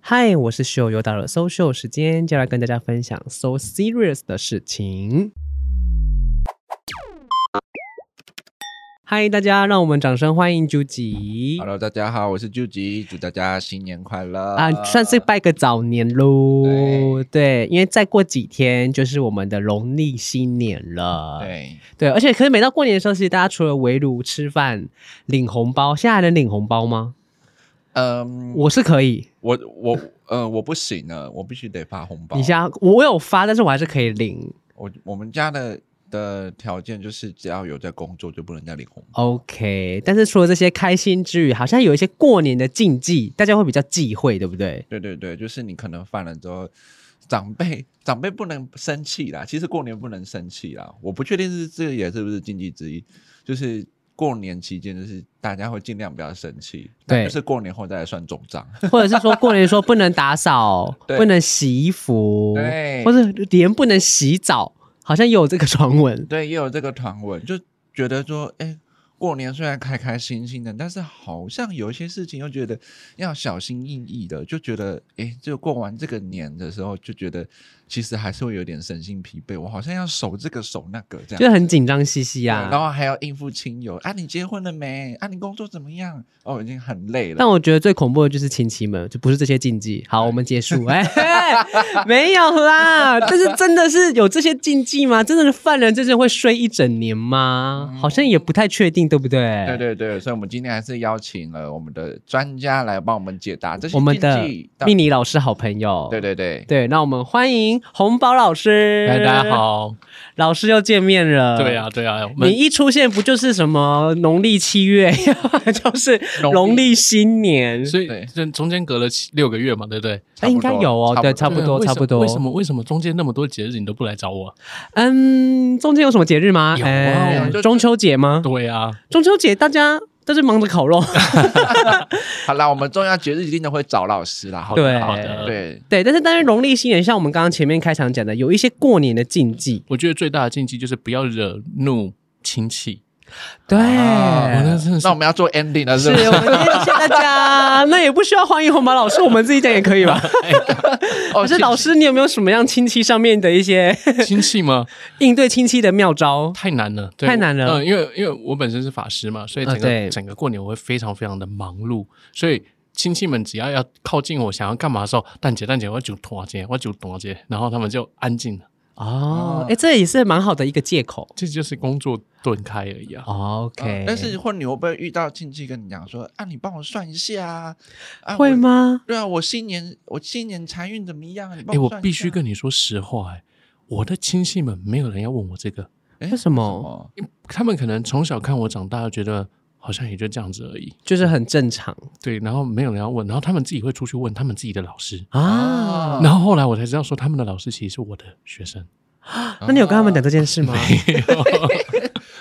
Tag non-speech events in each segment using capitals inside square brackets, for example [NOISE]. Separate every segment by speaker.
Speaker 1: 嗨，我是秀，又到了搜秀时间，就来跟大家分享 so serious 的事情。嗨，大家，让我们掌声欢迎啊朱吉
Speaker 2: Hello，大家好，我是 j 吉，祝大家新年快乐
Speaker 1: 啊，算是拜个早年喽
Speaker 2: 对。
Speaker 1: 对，因为再过几天就是我们的农历新年了。
Speaker 2: 对，
Speaker 1: 对，而且可是每到过年的时候，其实大家除了围炉吃饭、领红包，现在还能领红包吗？
Speaker 2: 嗯，
Speaker 1: 我是可以，
Speaker 2: 我我呃，我不行了，我必须得发红包。
Speaker 1: 你像我有发，但是我还是可以领。
Speaker 2: 我我们家的的条件就是，只要有在工作就不能再领红包。
Speaker 1: OK，但是除了这些开心之余，好像有一些过年的禁忌，大家会比较忌讳，对不
Speaker 2: [LAUGHS]
Speaker 1: 对？
Speaker 2: 对对对，就是你可能犯了之后，长辈长辈不能生气啦。其实过年不能生气啦，我不确定是这个也是不是禁忌之一，就是。过年期间就是大家会尽量不要生气，
Speaker 1: 对哦
Speaker 2: 但就是过年后再来算总账。
Speaker 1: 或者是说过年说不能打扫，
Speaker 2: [LAUGHS] 对
Speaker 1: 不能洗衣服，
Speaker 2: [LAUGHS] 对
Speaker 1: 或者连不能洗澡，好像也有这个传闻。
Speaker 2: 对，也有这个传闻，就觉得说，哎，过年虽然开开心心的，但是好像有一些事情又觉得要小心翼翼的，就觉得，哎，就过完这个年的时候，就觉得其实还是会有点身心疲惫，我好像要守这个守那个这
Speaker 1: 就
Speaker 2: 样。
Speaker 1: 很紧张兮兮
Speaker 2: 啊对然
Speaker 1: 啊。
Speaker 2: 后还要应付亲友啊，你结婚了没？啊，你工作怎么样？哦，已经很累了
Speaker 1: 但。我觉得最恐怖的就是亲戚们，就不是这些禁忌。好，我们结
Speaker 2: [LAUGHS]
Speaker 1: 束。哎，嘿没有啦，但是真的是有这些禁忌吗？真的是犯人真的会睡一整年吗？好像也不太确定，对不对？
Speaker 2: 嗯对对对，所以我们今天还是邀请了我们的专家来帮我们解答这些
Speaker 1: 我们
Speaker 2: 禁
Speaker 1: 的
Speaker 2: 忌到
Speaker 1: 命理老师好朋友，
Speaker 2: 对对对，
Speaker 1: 对，那我们欢迎红宝老师。
Speaker 3: 嗨，哎大家，好。
Speaker 1: 老师又见面了。
Speaker 3: 对啊，，对啊，我
Speaker 1: 呃你
Speaker 3: 们
Speaker 1: 一出现不就是什么农历七月， [LAUGHS] 就是
Speaker 2: 农历
Speaker 1: 农历新年？
Speaker 3: 所以
Speaker 2: 对
Speaker 3: 这中间隔了七六个月嘛，对不对？
Speaker 1: 哎应该有哦，对，差
Speaker 2: 差不
Speaker 1: 不
Speaker 3: 对啊
Speaker 1: 多，
Speaker 3: 为什
Speaker 1: 差
Speaker 3: 么
Speaker 1: 不多。
Speaker 3: 为什？么为什么中间那么多节日你都不来找我？啊
Speaker 1: 嗯，中间有什么节日吗？
Speaker 3: 有啊
Speaker 1: 哎
Speaker 2: 我就
Speaker 1: 中秋节吗？
Speaker 3: 对啊，
Speaker 1: 中秋节大家都是忙着烤肉，
Speaker 2: 好啦，我们重要节日一定都会找老师啦，好的
Speaker 1: 对
Speaker 3: 好的
Speaker 2: 对，
Speaker 1: 对。但是，但是农历新年，像我们刚刚前面开场讲的，有一些过年的禁忌。
Speaker 3: 我觉得最大的禁忌就是不要惹怒亲
Speaker 1: [LAUGHS]
Speaker 3: 戚。
Speaker 1: 对，
Speaker 2: 啊
Speaker 3: 我那真的
Speaker 2: 那我
Speaker 3: 是
Speaker 2: 们要做 ending 了，
Speaker 1: 是
Speaker 2: 是
Speaker 1: 我
Speaker 2: 不
Speaker 1: 们今
Speaker 2: 是？
Speaker 1: 天谢谢大
Speaker 3: [LAUGHS]
Speaker 1: 家。那也不需要欢迎红毛老师，我们自己讲也可以吧？
Speaker 2: 哦
Speaker 1: 可是老，师，你有没有什么样亲戚上面的一些 [LAUGHS]
Speaker 3: 亲戚吗？
Speaker 1: 应对亲戚的妙招？
Speaker 3: 太难了，对
Speaker 1: 太难了
Speaker 3: 嗯，因为因为我本身是法师嘛，所以整
Speaker 1: 啊对
Speaker 3: 个整个过年我会非常非常的忙碌，所以。亲戚们只要要靠近我，想要干嘛的时候，蛋姐蛋姐，我就团结，我就团结，然后他们就安静了。
Speaker 1: 哦，哎，这也是蛮好的一个借口。
Speaker 3: 这就是工作顿开而已啊。
Speaker 1: 哦 OK，
Speaker 2: 嗯但是或你会不会遇到亲戚跟你讲说啊，你帮我算一下啊？啊
Speaker 1: 会？吗
Speaker 2: 我？对啊，我新年我新年财运怎么样？啊你
Speaker 3: 哎、
Speaker 2: 帮
Speaker 3: 我
Speaker 2: 算一下
Speaker 3: 必须跟你说实话、哎，我的亲戚们没有人要问我这个，
Speaker 2: 哎
Speaker 1: 为什么？
Speaker 2: 哦，
Speaker 3: 他们可能从小看我长大，觉得好像也就这样子而已。
Speaker 1: 就是很正常
Speaker 3: 对，然后没有人要问，然后他们自己会出去问他们自己的老师。
Speaker 1: 啊
Speaker 2: 啊。
Speaker 3: 然后后来我才知道，说他们的老师其实是我的学生。
Speaker 1: 那你有跟
Speaker 2: 哦
Speaker 1: 他们讲这件事吗？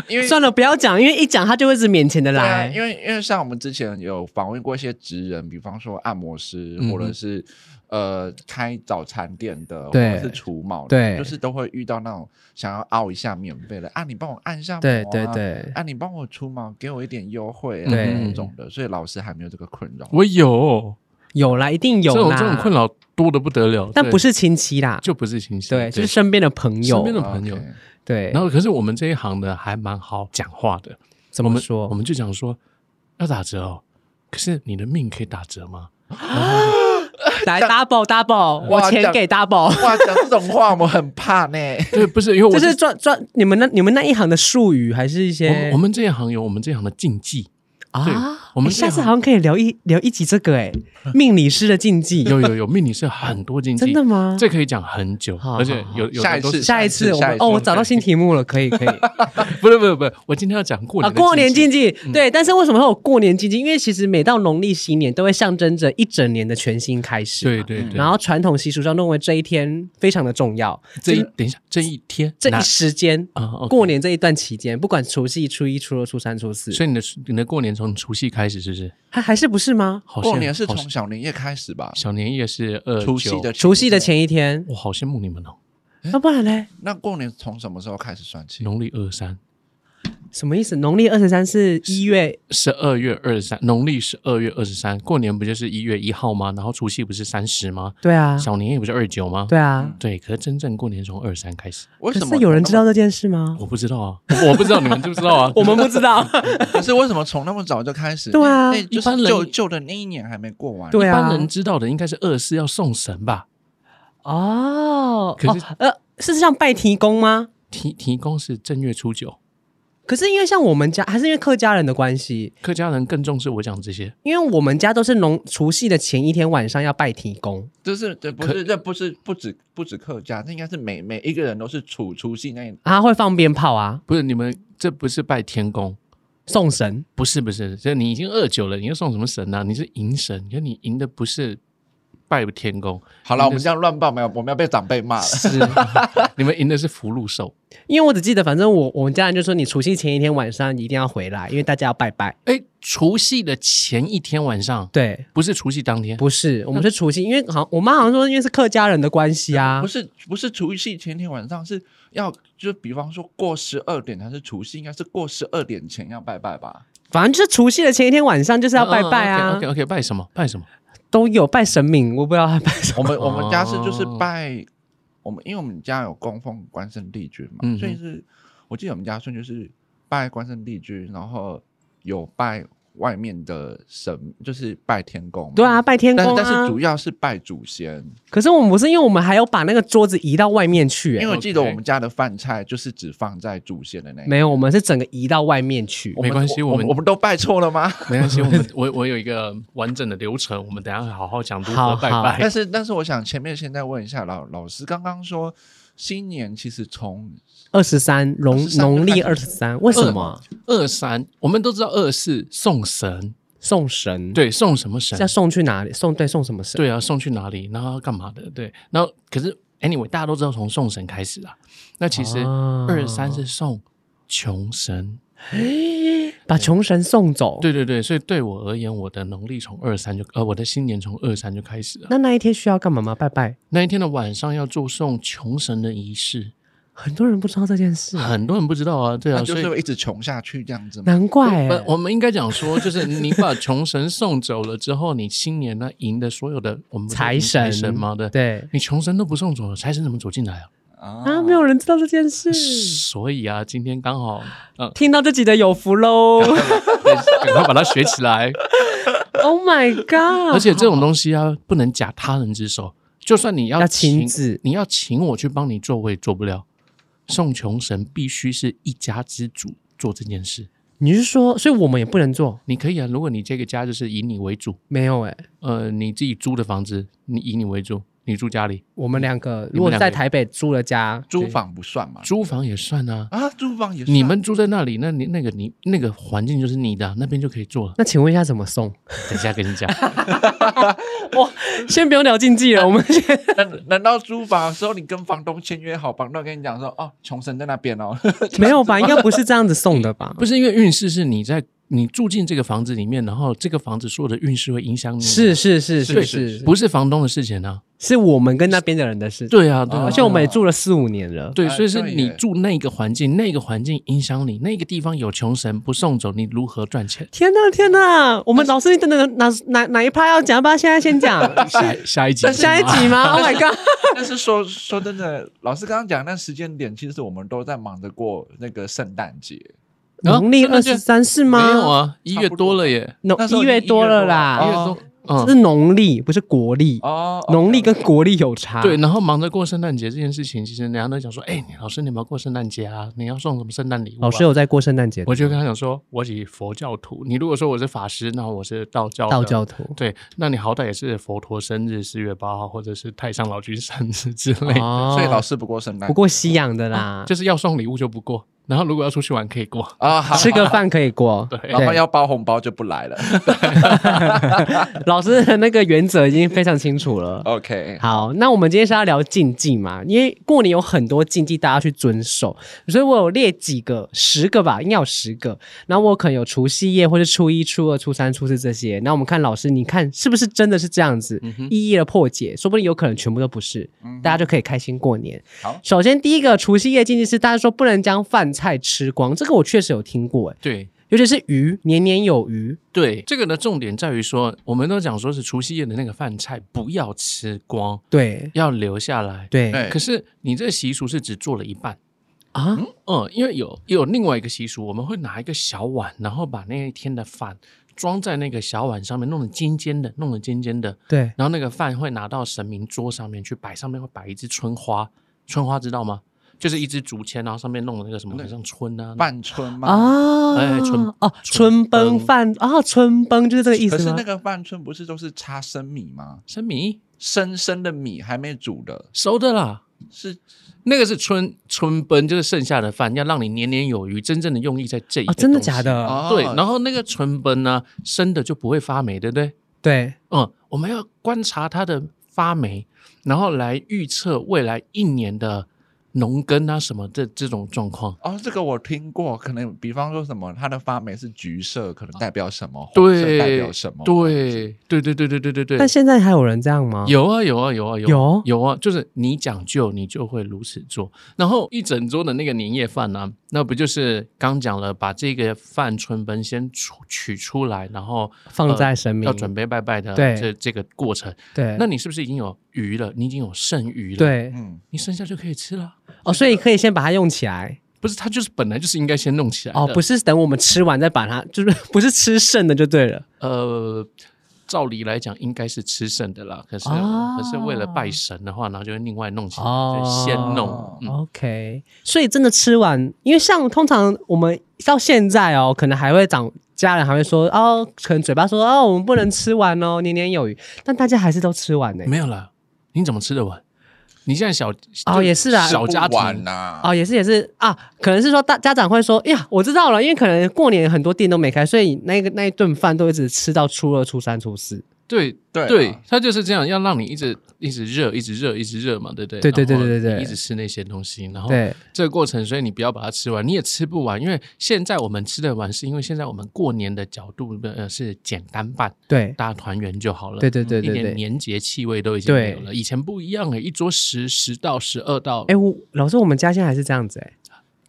Speaker 2: 因为
Speaker 1: 算了，不要讲，因为一讲他就会一直腼腆的
Speaker 2: 对啊，
Speaker 1: 来。
Speaker 2: 因为因为像我们之前有访问过一些职人，比方说按摩师，
Speaker 3: 嗯
Speaker 2: 或者是呃开早餐店的，或
Speaker 1: 对
Speaker 2: 者是除毛的，
Speaker 1: 对
Speaker 2: 就是都会遇到那种想要凹一下免费的啊，你帮我按一下、
Speaker 1: 对对，对，
Speaker 2: 啊，你帮我除毛，给我一点优惠啊
Speaker 1: 对
Speaker 2: 那种的，所以老师还没有这个困扰。
Speaker 3: [LAUGHS]
Speaker 1: [LAUGHS]
Speaker 3: 我有
Speaker 1: 有啦，一定有
Speaker 3: 这种
Speaker 1: 啦。
Speaker 3: 这种困扰多的不得了，
Speaker 1: 但
Speaker 3: 对
Speaker 1: 不是亲戚啦，
Speaker 3: 就不是亲戚，
Speaker 1: 对，就是身边的朋友
Speaker 3: 身。边的朋友
Speaker 2: OK
Speaker 1: 对，
Speaker 3: 然后可是我们这一行的还蛮好讲话的，
Speaker 1: 怎
Speaker 3: 我
Speaker 1: 么
Speaker 3: 们
Speaker 1: 说
Speaker 3: 我？们就讲说要打折哦，可是你的命可以打折吗？ [LAUGHS]
Speaker 1: 来 double double，
Speaker 2: 哇
Speaker 1: 我钱
Speaker 2: 讲
Speaker 1: 给 double。
Speaker 2: 哇，讲这种话我很怕
Speaker 1: [LAUGHS]
Speaker 2: 呢。
Speaker 3: 对，不是因为我
Speaker 1: 这
Speaker 3: 是
Speaker 1: 是专专你们那你们那一行的术语，还是一
Speaker 3: 我
Speaker 1: 些
Speaker 3: 们我们这一行有我们这一行的禁忌，对
Speaker 1: 啊？
Speaker 3: 我们
Speaker 1: 诶下次
Speaker 3: 这行
Speaker 1: 好像可以聊一聊一集这个
Speaker 3: [LAUGHS]
Speaker 1: 哎，命理师的禁忌，
Speaker 3: 有有有命理是很多禁
Speaker 1: [LAUGHS]
Speaker 3: 忌，
Speaker 1: 真的吗？
Speaker 3: 这可以讲很久，
Speaker 1: 好
Speaker 3: 而且
Speaker 1: 好好
Speaker 3: 有有
Speaker 2: 下
Speaker 3: 的
Speaker 2: 一
Speaker 3: 都
Speaker 2: 次
Speaker 3: 是
Speaker 1: 下一次我
Speaker 2: 下
Speaker 1: 们
Speaker 2: 一次
Speaker 1: 哦，
Speaker 2: 我
Speaker 1: 我
Speaker 2: 们
Speaker 1: 找到新题目了，可以可以
Speaker 3: 不是不是不是， [LAUGHS] 我今天要讲过
Speaker 1: 啊，
Speaker 3: 年的
Speaker 1: 过年禁
Speaker 3: 忌，嗯
Speaker 1: 忌对，但是为什么会有过年禁忌？因为其实每到农历新年都会象征着一整年的全新开始，
Speaker 3: 对。对对，
Speaker 1: 然后传统习俗上认为这一天非常的重要，
Speaker 3: 这一
Speaker 1: 就是
Speaker 3: 等一下这一天
Speaker 1: 这
Speaker 3: 哪
Speaker 1: 一时间
Speaker 3: 啊，OK
Speaker 1: 过，年这一段期间，不管除夕、初一、初二、初三、初四，
Speaker 3: 所以你的你的过年从除夕开始是不是？
Speaker 1: 还还是不是吗？
Speaker 3: 好羡
Speaker 2: 过年是
Speaker 3: 好
Speaker 2: 从
Speaker 3: 羡
Speaker 2: 小年夜开始吧，
Speaker 3: 小年夜是二
Speaker 2: 除夕
Speaker 3: 九
Speaker 2: 的，
Speaker 1: 除夕的，前一天，啊
Speaker 3: 我好羡慕你们哦，
Speaker 1: 那不然嘞？
Speaker 2: 那过年从什么时候开始算起？
Speaker 3: 农历二三
Speaker 1: 什么意思？农历二十三是一月
Speaker 3: 十二月二十三，农历十二月二十三，过年不就是一月一号吗？然后除夕不是三十吗？
Speaker 1: 对啊，
Speaker 3: 小嗯年也不是二九吗？
Speaker 1: 对啊。
Speaker 3: 对，可是真正过年从二三开始，
Speaker 2: 为
Speaker 1: 可
Speaker 2: 什么
Speaker 1: 是有人知道这件事吗？
Speaker 3: 我不知道啊，我不知道，你们知不知道啊？
Speaker 1: [LAUGHS] 我们不知道。
Speaker 2: [LAUGHS] 可是为什么从那么早就开始？
Speaker 1: 对啊
Speaker 2: 那就
Speaker 3: 一般
Speaker 2: 是
Speaker 3: 人
Speaker 2: 旧旧的那一年还没过完。
Speaker 1: 对
Speaker 3: 一
Speaker 1: 啊
Speaker 3: 般人知道的应该是二四要送神吧？
Speaker 1: 哦，
Speaker 3: 可是
Speaker 1: 哦呃，是像拜提公吗？
Speaker 3: 提提供是正月初九，
Speaker 1: 可是因为像我们家，还是因为客家人的关系，
Speaker 3: 客家人更重视我讲这些。
Speaker 1: 因为我们家都是农除夕的前一天晚上要拜提公。
Speaker 2: 就是这不是这不是不止不止客家，这应该是每每一个人都是处除夕那一
Speaker 1: 啊，会放鞭炮啊，
Speaker 3: 不是你们这不是拜天公，
Speaker 1: 送神
Speaker 3: 不是不是，这你已经二九了，你又送什么神呢、啊？你是迎神，可你迎的不是拜天公，
Speaker 2: 好了，我们这样乱报没有，我们要被长辈骂了。
Speaker 3: 是 [LAUGHS] 你们迎的是福禄寿。
Speaker 1: 因为我只记得，反正我我们家人就说你除夕前一天晚上一定要回来，因为大家要拜拜。
Speaker 3: 哎，除夕的前一天晚上，
Speaker 1: 对，
Speaker 3: 不是除夕当天，
Speaker 1: 不是，我们是除夕，因为好像我妈好像说，因为是客家人的关系啊
Speaker 2: 不。是不是除夕前天晚上是要，就比方说过十二点才是除夕，应该是过十二点前要拜拜吧？
Speaker 1: 反正就是除夕的前一天晚上就是要
Speaker 3: 嗯
Speaker 1: 拜拜啊，
Speaker 3: 哦 OK OK，拜什么？拜什么？
Speaker 1: 都有拜神明，我不知道他拜 [LAUGHS] 什么。
Speaker 2: 我们我们家是就是
Speaker 3: 哦
Speaker 2: 拜我们，因为我们家有供奉关圣帝君嘛，
Speaker 3: 嗯哼
Speaker 2: 所以是我记得我们家孙就是拜关圣帝君，然后有拜外面的神，就是拜天公嘛。
Speaker 1: 对啊，拜天
Speaker 2: 但是
Speaker 1: 公
Speaker 2: 但是主
Speaker 1: 啊。
Speaker 2: 要是拜祖先，
Speaker 1: 可是我们不是，因为我们还有把那个桌子移到外面去、欸，
Speaker 2: 因为我记得
Speaker 3: OK
Speaker 2: 我们家的饭菜就是只放在祖先的那一
Speaker 1: 没有，我们是整个移到外面去。
Speaker 2: 我们
Speaker 3: 没关系
Speaker 2: 我
Speaker 3: 我们
Speaker 2: 我们都拜错了吗？
Speaker 3: 没关系，我们 [LAUGHS] 我我有一个完整的流程，我们等一下好好讲如何
Speaker 1: 好
Speaker 3: 拜
Speaker 1: 好
Speaker 3: 拜
Speaker 2: 但。是但是我想前面现在问一下老老师，刚刚说新年其实从
Speaker 1: 二十三，农
Speaker 2: 23
Speaker 1: 农历二十三，为什么
Speaker 3: 二三，我们都知道二四送神，
Speaker 1: 送神？，
Speaker 3: 对，送什么
Speaker 1: 是
Speaker 3: 神
Speaker 1: 要？送去哪里？送对，送什么神？
Speaker 3: 对啊，送去哪里，然后要干嘛的？对，然后可是 anyway，大家都知道从送神开始啊。那其实
Speaker 1: 啊
Speaker 3: 二三是送穷神，
Speaker 1: 把穷神送走。，
Speaker 3: 对对对，所以对我而言，我的农历从二三就呃，我的新年从二三就开始了。
Speaker 1: 那那一天需要干嘛吗？拜拜。
Speaker 3: 那一天的晚上要做送穷神的仪式，
Speaker 1: 很多人不知道这件事，
Speaker 3: 很多人不知道啊，对啊，
Speaker 2: 那就
Speaker 3: 所以
Speaker 2: 是会一直穷下去这样子吗？
Speaker 1: 难怪、欸
Speaker 3: 不，。我们应该讲说，就是你把穷神送走了之后，你新年呢赢的所有的我们不是
Speaker 1: 财
Speaker 3: 赢
Speaker 1: 神
Speaker 3: 财神吗？对，
Speaker 1: 对
Speaker 3: 你穷神都不送走了，财神怎么走进来啊？
Speaker 1: 啊，没有人知道这件事。
Speaker 3: 所以啊，今天刚好， [LAUGHS] 嗯、
Speaker 1: 听到这集的有福 [LAUGHS] 喽
Speaker 3: 对赶快把它学起来。
Speaker 1: ！Oh my god！
Speaker 3: 而且这种东西啊，不能假他人之手，就算你要
Speaker 1: 要
Speaker 3: 请
Speaker 1: 亲自
Speaker 3: 你要请我去帮你做，我也做不了。送穷神必须是一家之主做这件事，
Speaker 1: 你是说，所以我们也不能做？
Speaker 3: 你可以啊。如果你这个家就是以你为主，
Speaker 1: 没有哎、
Speaker 3: 呃，你自己租的房子，你以你为主，你住家里，
Speaker 1: 我们两个
Speaker 3: 你
Speaker 1: 如
Speaker 3: 们
Speaker 1: 果
Speaker 3: 两个
Speaker 1: 在台北租了家，
Speaker 2: 租房不算嘛？
Speaker 3: 租房也算啊。
Speaker 2: 啊，租房也算
Speaker 3: 你们住在那里，那你那个你那个环境就是你的啊，那边就可以做了。
Speaker 1: 那请问一下怎么送？
Speaker 3: 等一下跟你讲，
Speaker 1: 先不用聊禁忌了，我 [LAUGHS] 们先
Speaker 2: 难难道租房的时候你跟房东签约好，房东跟你讲说哦，穷神在那边哦， [LAUGHS]
Speaker 1: 没有吧？应该不是这样子送的
Speaker 3: [LAUGHS]
Speaker 1: 吧？
Speaker 3: 不是因为运势是你在你住进这个房子里面，然后这个房子所有的运势会影响你，
Speaker 1: 是是是
Speaker 3: 对
Speaker 1: 是是，
Speaker 3: 不是房东的事情呢、
Speaker 1: 是我们跟那边的人的事。，哦
Speaker 3: 对啊，对啊，
Speaker 1: 而且我们也住了四五年了。
Speaker 3: 对，
Speaker 2: 哎
Speaker 3: 所以是
Speaker 2: 对
Speaker 3: 你
Speaker 2: 耶
Speaker 3: 住那个环境，那个环境影响你，那个地方有穷神不送走，你如何赚钱？
Speaker 1: 天呐天呐！我们老师，你等等哪哪哪一趴要讲？要不要现在先讲
Speaker 3: 下下一集，
Speaker 1: 哎下一集吗？Oh my god！
Speaker 2: 但是说说真的，老师刚刚讲那时间点，其实我们都在忙着过那个圣诞节，
Speaker 3: 啊
Speaker 1: 农历
Speaker 3: 圣诞
Speaker 1: 二
Speaker 3: 节
Speaker 1: 十三是
Speaker 3: 没
Speaker 1: 吗？
Speaker 3: 有啊，一月
Speaker 2: 差不
Speaker 3: 多
Speaker 2: 多
Speaker 3: 了耶，
Speaker 1: 农
Speaker 2: 那时候
Speaker 1: 一
Speaker 2: 已经
Speaker 1: 月多了啦，
Speaker 2: 一
Speaker 3: 一
Speaker 2: 月
Speaker 3: 月
Speaker 2: 多了啊
Speaker 3: 多，嗯
Speaker 1: 这。是农历，不是国历。
Speaker 2: 哦，
Speaker 1: 农历跟国历有差。
Speaker 3: 对，，然后忙着过圣诞节这件事情，其实人家都讲说，哎、你老师你有没有过圣诞节啊？你要送什么圣诞礼物、啊？
Speaker 1: 老哦师有在过圣诞节的，
Speaker 3: 我就跟他讲说，我是佛教徒。你如果说我是法师，那我是道教的
Speaker 1: 道教徒。
Speaker 3: 对，那你好歹也是佛陀生日四月八号，或者是太上老君生日之类的，
Speaker 1: 哦
Speaker 2: 所以老师不过圣诞
Speaker 1: 不过西洋的啦，
Speaker 3: [LAUGHS] 就是要送礼物就不过，然后如果要出去玩可以过。
Speaker 2: 啊，好
Speaker 1: 吃个饭可以过。
Speaker 3: 对
Speaker 2: 然后要包红包就不来
Speaker 1: [LAUGHS]
Speaker 2: 了。
Speaker 1: 老师的那个原则已经非常清楚了。
Speaker 2: OK，
Speaker 1: 好，那我们今天是要聊禁忌嘛？因为过年有很多禁忌，大家去遵守，所以我有列几个，十个吧，应该有十个。然后我可能有除夕夜，或是初一、初二、初三、初四这些。那我们看老师，你看是不是真的是这样子？一一的破解，说不定有可能全部都不是，大家就可以开心过年。
Speaker 2: 好
Speaker 1: 首先第一个除夕夜禁忌是大家说不能将饭菜吃光，这个我确实有听过，哎， [LAUGHS]
Speaker 3: 对
Speaker 1: 尤其是鱼，年年有余，
Speaker 3: 对，这个的重点在于说，我们都讲说是除夕夜的那个饭菜不要吃光，
Speaker 1: 对
Speaker 3: 要留下来。
Speaker 1: 对
Speaker 2: 哎
Speaker 3: 可是你这个习俗是只做了一半，
Speaker 1: 啊，
Speaker 3: 嗯，因为有有另外一个习俗，我们会拿一个小碗，然后把那一天的饭装在那个小碗上面，弄得尖尖的，弄得尖尖的，
Speaker 1: 对，
Speaker 3: 然后那个饭会拿到神明桌上面去摆，上面会摆一只春花，春花知道吗？就是一只竹签，然后上面弄的那个什么，
Speaker 2: 那
Speaker 3: 很像春啊，
Speaker 2: 半春嘛。
Speaker 1: 啊，
Speaker 3: 哎春
Speaker 1: 哦，春崩饭啊，春崩就是这个意
Speaker 2: 可
Speaker 1: 思
Speaker 2: 是
Speaker 1: 吗哦
Speaker 2: 那？个半春不是都是插生米吗？
Speaker 3: 生米
Speaker 2: 生生的米还没煮的，
Speaker 3: 熟的啦。
Speaker 2: 是
Speaker 3: 那个是春春奔，就是剩下的饭，要让你年年有余。真正的用意在这一、
Speaker 1: 啊，真的假？的？
Speaker 2: 哦，
Speaker 3: 对，然后那个春奔呢，生的就不会发霉，对不对？
Speaker 1: 对，
Speaker 3: 嗯，我们要观察它的发霉，然后来预测未来一年的农耕啊什么的这种状况。
Speaker 2: 哦，这个我听过，可能比方说什么，它的发霉是橘色，可能代表什么？红色
Speaker 3: 对，
Speaker 2: 代表什么？
Speaker 3: 对，对对对对对对对。
Speaker 1: 但现在还有人这样吗？
Speaker 3: 有啊有啊有啊有啊
Speaker 1: 有
Speaker 3: 有啊，就是你讲究，你就会如此做。然后一整桌的那个年夜饭呢、那不就是刚讲了，把这个饭春分先取取出来，然后
Speaker 1: 放在神明
Speaker 3: 要准备拜拜的
Speaker 1: 对
Speaker 3: 这这个过程。
Speaker 1: 对，
Speaker 3: 那你是不是已经有余了？你已经有剩余了，，
Speaker 1: 对
Speaker 2: 嗯，
Speaker 3: 你剩下就可以吃了。
Speaker 1: 哦，所以可以先把它用起来
Speaker 3: 不是，它就是本来就是应该先弄起来的。
Speaker 1: 哦，不
Speaker 3: 是，
Speaker 1: 是等我们吃完再把它， [LAUGHS] 就是不是吃剩的就对了。
Speaker 3: 呃。照理来讲，应该是吃剩的啦。可是，
Speaker 1: 哦
Speaker 3: 可是为了拜神的话，然后就会另外弄起来，
Speaker 1: 哦
Speaker 3: 就先弄
Speaker 2: 哦。
Speaker 3: 嗯
Speaker 1: OK，所以真的吃完，因为像通常我们到现在哦，可能还会长家人还会说哦，可能嘴巴说哦，我们不能吃完哦，年年有余，但大家还是都吃完呢。
Speaker 3: 没有了，你怎么吃得完？你现在小
Speaker 1: 哦，也是啊，
Speaker 3: 小家庭
Speaker 2: 晚呐、
Speaker 1: 哦，也是也是啊，可能是说大家长会说，哎呀，我知道了，因为可能过年很多店都没开，所以那个那一顿饭都一直吃到初二、初三、初四。
Speaker 3: 对
Speaker 2: 对啊
Speaker 3: 对，它就是这样，要让你一直一直热，一直热，一直热嘛，对不对？
Speaker 1: 对对对
Speaker 3: 然后
Speaker 1: 对对对
Speaker 3: 你一直吃那些东西，然后
Speaker 1: 对
Speaker 3: 这个过程，所以你不要把它吃完，你也吃不完，因为现在我们吃得完，是因为现在我们过年的角度呃是简单办，
Speaker 1: 对
Speaker 3: 大家团圆就好了。
Speaker 1: 对对对
Speaker 3: 一
Speaker 1: 对
Speaker 3: 点
Speaker 1: 对。
Speaker 3: 年节气味都已经没有
Speaker 1: 对
Speaker 3: 了，以前不一样诶，欸一桌十十到十二道，
Speaker 1: 哎，我老师，我们家现在还是这样子哎、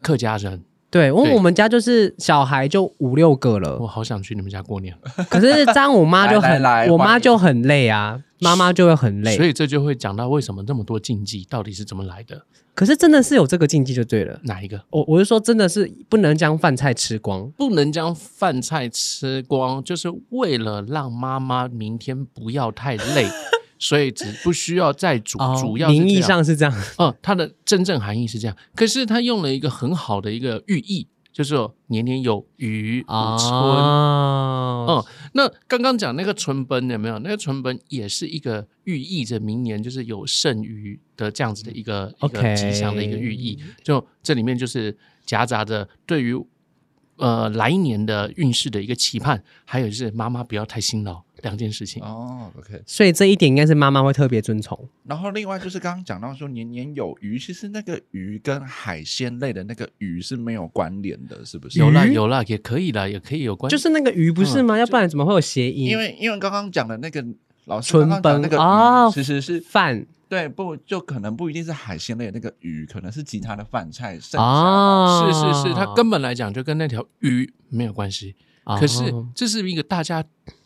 Speaker 3: 客家人，
Speaker 1: 对，因为
Speaker 3: 对
Speaker 1: 我们家就是小孩就五六个了
Speaker 3: 我，好想去你们家过年。
Speaker 1: 可是张我妈就
Speaker 2: 来
Speaker 1: 很，
Speaker 2: 来来
Speaker 1: 我
Speaker 2: 欢
Speaker 1: 妈
Speaker 2: 迎
Speaker 1: 就很累啊，妈妈就会很累
Speaker 3: 所。以这就会讲到为什么那么多禁忌到底是怎么来的？
Speaker 1: 可是真的是有这个禁忌就对了。
Speaker 3: 哪一个
Speaker 1: 我我是说，真的是不能将饭菜吃光。
Speaker 3: 不能将饭菜吃光，就是为了让妈妈明天不要
Speaker 1: [LAUGHS]
Speaker 3: 太累，所以只不需要再煮。主要
Speaker 1: 哦
Speaker 3: 是这样
Speaker 1: 名义，上是这样，
Speaker 3: 嗯，它的真正含义是这样。可是它用了一个很好的一个寓意，就是说年年有余，五 [LAUGHS] 春
Speaker 1: 哦，
Speaker 3: 嗯，那刚刚讲那个存本有没有？那个存本也是一个寓意着明年就是有剩余的这样子的一个、一个
Speaker 1: OK
Speaker 3: 吉祥的一个寓意。就这里面就是夹杂着对于呃来年的运势的一个期盼，还有就是妈妈不要太辛劳两件事情。
Speaker 2: 哦，OK。
Speaker 1: 所以这一点应该是妈妈会特别遵从。
Speaker 2: 然后另外就是刚刚讲到说年年有余，其实那个鱼跟海鲜类的那个鱼是没有关联的，是不是？
Speaker 3: 有啦
Speaker 1: 鱼
Speaker 3: 有啦，也可以啦，也可以有关，
Speaker 1: 就是那个鱼不是
Speaker 3: 嗯
Speaker 1: 吗？要不然怎么会有谐音？
Speaker 2: 因为因为刚刚讲的那个老师刚
Speaker 1: 纯
Speaker 2: 刚
Speaker 1: 本
Speaker 2: 讲的那个鱼，
Speaker 3: 啊
Speaker 1: 哦
Speaker 2: 其实是
Speaker 1: 饭
Speaker 2: 对不就可能不一定是海鲜类的那个鱼，可能是其他的饭菜剩下。
Speaker 1: 啊，
Speaker 3: 是是是，它根本来讲就跟那条鱼没有关系。
Speaker 1: 哦
Speaker 3: 可是啊这是一个大家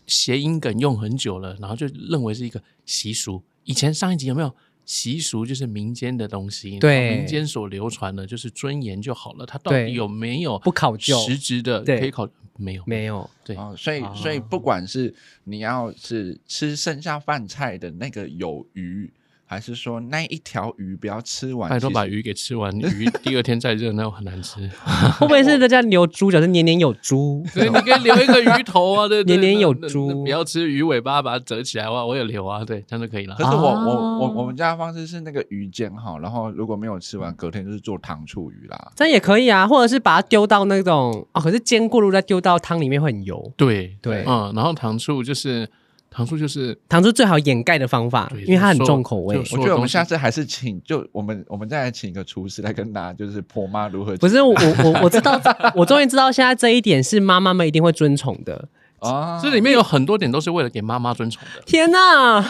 Speaker 3: 谐音梗用很久了，然后就认为是一个习俗。以前上一集有没有习俗就是民间的东西，
Speaker 1: 对
Speaker 3: 然后民间所流传的就是尊严就好了，它到
Speaker 1: 对
Speaker 3: 底有没有
Speaker 1: 不考究，
Speaker 3: 实质的
Speaker 1: 对
Speaker 3: 可以考？没有，
Speaker 1: 没
Speaker 3: [LAUGHS]
Speaker 1: 有
Speaker 3: 对
Speaker 2: 哦，所以所以
Speaker 1: 啊
Speaker 2: 不管是你要是吃剩下饭菜的那个有鱼，还是说那一条鱼不要吃完，
Speaker 3: 拜托
Speaker 2: 其实
Speaker 3: 把鱼给吃
Speaker 1: [LAUGHS]
Speaker 3: 完，鱼第二天再热那很难吃。 [LAUGHS]
Speaker 1: 会不会是人家留猪，假设年年有猪？
Speaker 3: 所以你可以留一个鱼头啊，对，对
Speaker 1: 年年有
Speaker 3: 那那
Speaker 1: 猪
Speaker 3: 那不要吃鱼尾巴，把它折起来哇，我有留啊，对，这样就可以了
Speaker 2: 可。是我、我
Speaker 1: 啊
Speaker 2: 我我们家的方式是那个鱼煎好，然后如果没有吃
Speaker 3: 嗯
Speaker 2: 完，隔天就是做糖醋鱼啦。
Speaker 1: 这样也可以啊，或者是把它丢到那种哦，可是煎过路再丢到汤里面会很油。
Speaker 3: 对
Speaker 1: 对
Speaker 3: 嗯，然后糖醋就是糖醋就是
Speaker 1: 糖是最好掩盖的方法，
Speaker 3: 对
Speaker 1: 因为它很重口味
Speaker 3: 就。说
Speaker 2: 我觉得我
Speaker 3: 东
Speaker 2: 们
Speaker 3: 西
Speaker 2: 下次还是请，就我们我们再来请一个厨师来跟大家，就是婆妈如何
Speaker 1: [LAUGHS] 不是我我我我知道，我终于知道现在这一点是妈妈们一定会遵从的。
Speaker 2: 啊
Speaker 3: 这里面有很多点都是为了给妈妈遵从的。
Speaker 1: 天哪，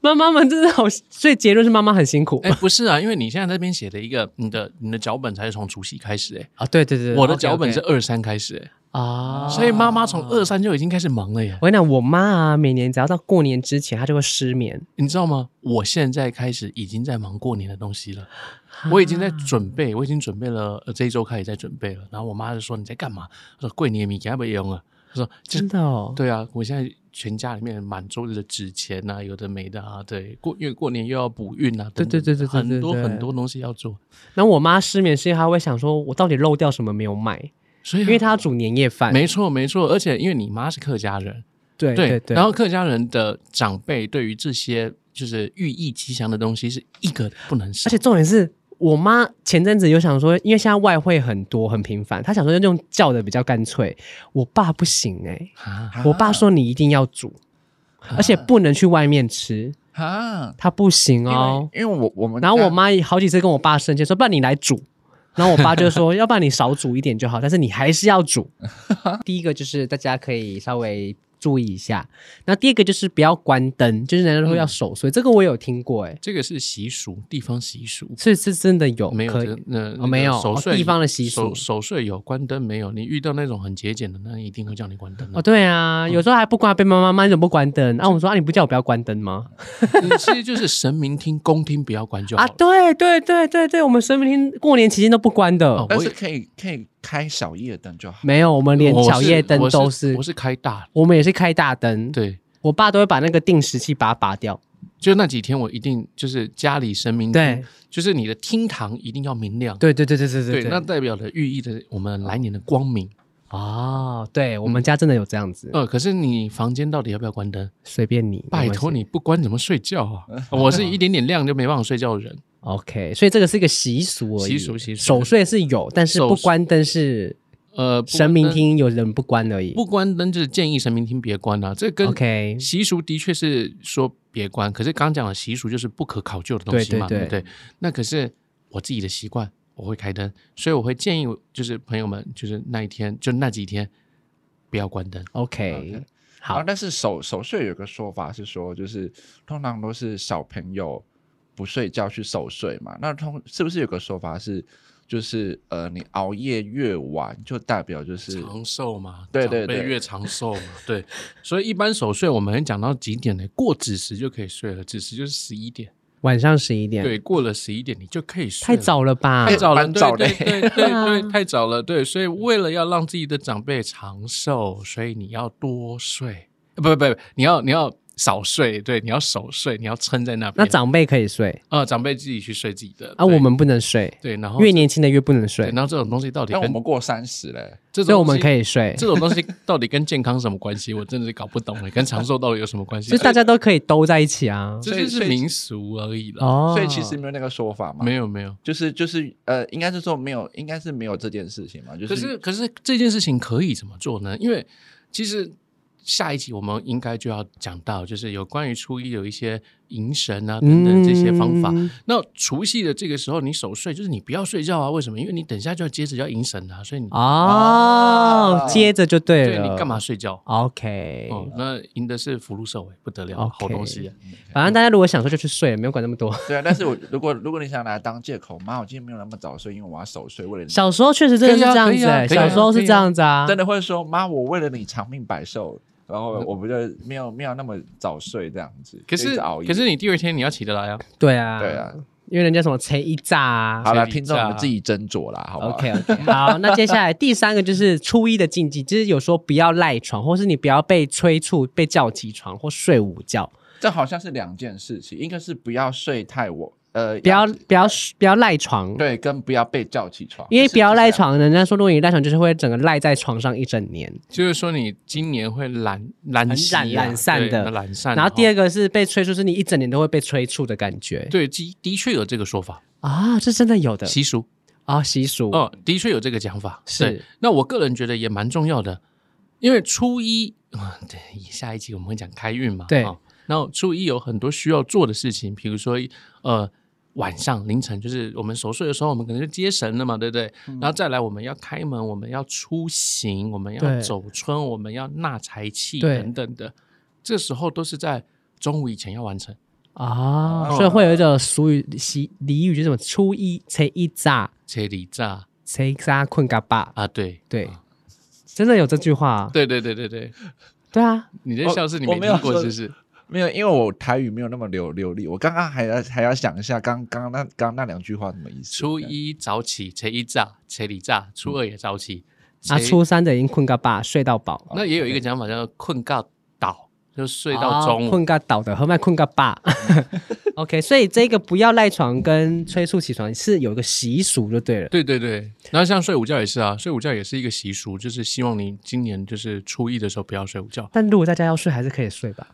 Speaker 1: 妈妈们真的好，所以结论是妈妈很辛苦
Speaker 3: 哎、不是啊，因为你现在那边写的一个，你的你的脚本才是从除夕开始、哎，
Speaker 1: 啊！对对对，
Speaker 3: 我的脚
Speaker 1: OK，OK
Speaker 3: 本是二三开始、哎、
Speaker 1: 啊，
Speaker 3: 所以妈妈从二三就已经开始忙了耶
Speaker 1: 我，跟你讲，我妈啊，每年只要到过年之前，她就会失眠。
Speaker 3: 你知道吗？我现在开始已经在忙过年的东西了，啊我已经
Speaker 1: 啊
Speaker 3: 在准备，我已经准备了，呃这一周开始在准备了。然后我妈就说你在干嘛？我说过年米给他们用啊。她说这
Speaker 1: 真的哦，
Speaker 3: 对啊，我现在全家里面满桌子的纸钱啊，有的没的啊，对，过因为过年又要补运啊，
Speaker 1: 对
Speaker 3: 等等
Speaker 1: 对对对对
Speaker 3: 很多
Speaker 1: 对对
Speaker 3: 很多东西要做，
Speaker 1: 然后我妈失眠是因为她会想说，我到底漏掉什么没有买？
Speaker 3: 所以啊
Speaker 1: 因为她要煮年夜饭。
Speaker 3: 没错没错，而且因为你妈是客家人，
Speaker 1: 对对对，
Speaker 3: 然后客家人的长辈对于这些就是寓意吉祥的东西是一个不能
Speaker 1: 而
Speaker 3: 少，
Speaker 1: 且重点是我妈前阵子有想说，因为现在外汇很多很频繁，她想说用叫的比较干脆。我爸不行哎、
Speaker 3: 啊，
Speaker 1: 我爸说你一定要煮，而且不能去外面吃，
Speaker 2: 啊，
Speaker 1: 他不行
Speaker 2: 因为
Speaker 1: 哦。
Speaker 2: 因为我我们
Speaker 1: 然后我
Speaker 2: 家
Speaker 1: 妈也好几次跟我爸生气说，不然你来煮。然后我爸就说，要不然你少煮一点 [LAUGHS] 就好，但是你还是要煮。 [LAUGHS] 第一个就是大家可以稍微注意一下，那第二个就是不要关灯，就是人家说要守岁，这个我有听过哎、
Speaker 3: 这个是习俗，地方习俗。
Speaker 1: 是是真的有，
Speaker 3: 没有
Speaker 1: 可以
Speaker 3: 这个，那那
Speaker 1: 哦没
Speaker 3: 个
Speaker 1: 有
Speaker 3: 守
Speaker 1: 哦
Speaker 3: 岁
Speaker 1: 地方的习
Speaker 3: 守
Speaker 1: 俗
Speaker 3: 守岁有关灯没有？你遇到那种很节俭的，那一定会叫你关灯的
Speaker 1: 哦，。对啊，有时候还不关，被妈妈骂，你怎么不关灯？啊，我们说啊，你不叫我不要关灯吗？
Speaker 3: 你其实就是神明听，公听不要关就
Speaker 1: 哦
Speaker 3: 好
Speaker 1: 啊，
Speaker 3: 了。
Speaker 1: [LAUGHS] 对对对对对，我们神明厅过年期间都不关的，
Speaker 3: 哦
Speaker 2: 但
Speaker 3: 我
Speaker 2: 是
Speaker 3: 也
Speaker 2: 可以可以开小夜灯就好。
Speaker 1: 没有，我们连
Speaker 3: 我
Speaker 1: 小夜灯
Speaker 3: 我
Speaker 1: 都
Speaker 3: 是，
Speaker 1: 是，
Speaker 3: 我是开大，
Speaker 1: 我们也是开大灯，
Speaker 3: 对，
Speaker 1: 我爸都会把那个定时器把它拔掉，
Speaker 3: 就那几天我一定就是家里神明
Speaker 1: 对
Speaker 3: 厅，就是你的厅堂一定要明亮，
Speaker 1: 对对对对对
Speaker 3: 对那代表了寓意的我们来年的光明。
Speaker 1: 哦，对我们家真的有这样子，
Speaker 3: 呃，可是你房间到底要不要关灯？
Speaker 1: 随便你，
Speaker 3: 拜
Speaker 1: 没关
Speaker 3: 托
Speaker 1: 系
Speaker 3: 你不关怎么睡
Speaker 1: [LAUGHS]
Speaker 3: 觉啊？我是一点点亮就没办法睡觉的人，
Speaker 1: ，OK，所以这个是一个习俗而已，
Speaker 3: 习俗习俗
Speaker 1: 守岁是有，但是
Speaker 3: 守
Speaker 1: 不关灯是
Speaker 3: 呃，不
Speaker 1: 神明
Speaker 3: 关灯
Speaker 1: 厅有人不关而已
Speaker 3: 不关灯就是建议神明厅别关啊，这跟
Speaker 1: ，OK，
Speaker 3: 习俗的确是说别关，可是刚讲的习俗就是不可考究的东西嘛，
Speaker 1: 对
Speaker 3: 对
Speaker 1: 对对
Speaker 3: 不对？那可是我自己的习惯，我会开灯，所以我会建议就是朋友们，就是那一天就那几天不要关灯。
Speaker 1: OK，好
Speaker 2: 啊然后但是守守岁有个说法是说，就是通常都是小朋友不睡觉去守岁嘛。那通是不是有个说法是，就是呃，你熬夜越晚，就代表就是
Speaker 3: 长寿嘛，
Speaker 2: 对对
Speaker 3: 长辈
Speaker 2: 对
Speaker 3: 越长寿嘛， [LAUGHS] 对，所以一般守岁我们讲到几点呢？过子时就可以睡了，子时就是十一点，
Speaker 1: 晚上十一点，
Speaker 3: 对，过了十一点你就可以睡
Speaker 1: 太
Speaker 3: 了，
Speaker 1: 早了吧？
Speaker 3: 太早了，
Speaker 2: 蛮
Speaker 3: 对
Speaker 2: 早的
Speaker 3: 对对对
Speaker 1: [LAUGHS] 啊
Speaker 3: 对，太早了，对，所以为了要让自己的长辈长寿，所以你要多睡，呃不不不，你要你要少睡，对，你要守睡，你要撑在那
Speaker 1: 那
Speaker 3: 边，
Speaker 1: 长辈可以睡
Speaker 3: 呃长辈自己去睡自己的
Speaker 1: 啊，
Speaker 3: 对
Speaker 1: 我们不能睡，
Speaker 3: 对，然后
Speaker 1: 越年轻的越不能
Speaker 3: 对
Speaker 1: 睡，
Speaker 3: 然后这种东西到底
Speaker 2: 但我
Speaker 3: 跟哦
Speaker 2: 们过三十嘞，
Speaker 3: 这
Speaker 1: 所以
Speaker 3: 种
Speaker 1: 我们可
Speaker 3: 以。
Speaker 1: 以睡，
Speaker 3: 这种东西到底跟健康什么关系？我真的是搞不懂 [LAUGHS] 了，跟长寿到底有什么关系？
Speaker 1: 就大家都可以兜在一起啊。
Speaker 3: 这就是民俗而已了。
Speaker 1: 哦，
Speaker 2: 所以其实没有那个说法嘛。
Speaker 3: 没
Speaker 2: 有，
Speaker 3: 有没有，
Speaker 2: 就是就是呃，应该是说没有，应该是没有这件事情嘛。就
Speaker 3: 可是可是这件事情可以怎么做呢？因为其实下一集我们应该就要讲到，就是有关于初一有一些迎神啊等等这些方法。
Speaker 1: 嗯
Speaker 3: 那除夕的这个时候，你守岁就是你不要睡觉啊？为什么？因为你等一下就要接着要迎神啊，所以你、
Speaker 1: 哦
Speaker 2: 啊，
Speaker 1: 接着就对
Speaker 3: 对
Speaker 1: 了，
Speaker 3: 你干嘛睡觉？
Speaker 1: ？OK，
Speaker 3: 哦，那赢的是福禄寿哎，不得了
Speaker 1: OK
Speaker 3: 好东西啊！
Speaker 1: 反正大家如果想睡就去睡，没有管那么多。
Speaker 2: 嗯
Speaker 1: [LAUGHS]
Speaker 2: 对啊，但是我如果如果你想拿来当借口，妈，我今天没有那么早睡，因为我要守岁，为了你。
Speaker 1: 小时候确实真的是这样子、
Speaker 3: 可以啊
Speaker 1: 欸，
Speaker 3: 可以啊
Speaker 1: 小时候是这样子啊。嗯
Speaker 2: 真的会说妈，我为了你长命百寿，然后我不就没有没有那么早睡这样子，
Speaker 3: 可
Speaker 2: 就一
Speaker 3: 是
Speaker 2: 直熬夜。
Speaker 3: 可是你第二天你要起得来啊！
Speaker 1: 对啊，
Speaker 2: 对啊，
Speaker 1: 因为人家什么催一炸啊。
Speaker 2: 好了，
Speaker 3: 谁理
Speaker 2: 听众我
Speaker 3: 解啊
Speaker 2: 们自己斟酌啦，好不好
Speaker 1: OK OK，好，那接下来第三个就是初一的禁忌，就是有说不要赖床，或是你不要被催促、被叫起床或睡午觉，
Speaker 2: 这好像是两件事情，一个是不要睡太晚，呃，
Speaker 1: 不要不要不要赖床，
Speaker 2: 对，跟不要被叫起床，
Speaker 1: 因为
Speaker 2: 是
Speaker 1: 不要赖
Speaker 2: 这样。
Speaker 1: 床，人家说如果你赖床，就是会整个赖在床上一整年。
Speaker 3: 就是说你今年会懒懒习啊
Speaker 1: 很懒懒散的
Speaker 3: 对懒散。
Speaker 1: 然后第
Speaker 3: 二。
Speaker 1: 二个是被催促，是你一整年都会被催促的感觉。
Speaker 3: 对，的的确有这个说法，
Speaker 1: 啊，这真的有的
Speaker 3: 习俗
Speaker 1: 啊，习俗
Speaker 3: 哦，的确有这个讲法。
Speaker 1: 是
Speaker 3: 对那我个人觉得也蛮重要的，因为初一 [LAUGHS] 啊、对，下一集我们会讲开运嘛，
Speaker 1: 对
Speaker 3: 哦然后初一有很多需要做的事情，比如说呃。晚上凌晨，就是我们熟睡的时候，我们可能就接神了嘛，对不对？然后再来，我们要开门，我们要出行，我们要
Speaker 1: 对
Speaker 3: 走村，我们要纳财气
Speaker 1: 对
Speaker 3: 等等的，这时候都是在中午以前要完成。
Speaker 1: 啊，
Speaker 2: 哦
Speaker 1: 所以会有一种俗语、习俚语，就是什么“初一才一炸，
Speaker 3: 车里炸
Speaker 1: 才杀困嘎巴
Speaker 3: 啊，对”，
Speaker 1: 对，真的有这句话啊。
Speaker 3: 对对对对对，
Speaker 1: 对啊，
Speaker 3: 你在
Speaker 2: 我
Speaker 3: 笑是你
Speaker 2: 我
Speaker 3: 没
Speaker 2: 没有
Speaker 3: 听过
Speaker 2: 说
Speaker 3: 是不是？
Speaker 2: 没有，因为我台语没有那么流流利，我刚刚还要还要想一下，刚刚那刚刚那两句话什么意思？
Speaker 3: 初一早起，车一炸，车里炸；初二也早起，
Speaker 1: 啊，
Speaker 3: 车
Speaker 1: 初三的已经困嘎巴，睡到饱，
Speaker 3: 那也有一个讲法叫做困到倒，就睡
Speaker 1: 啊
Speaker 3: 到中午。
Speaker 1: 困嘎倒的，和麦困嘎巴。OK，所以这个不要赖床跟催促起床是有一个习俗就对了。
Speaker 3: 对对对，然后像睡午觉也是啊，睡午觉也是一个习俗，就是希望你今年就是初一的时候不要睡午觉。
Speaker 1: 但如果大家要睡，还是可以睡吧？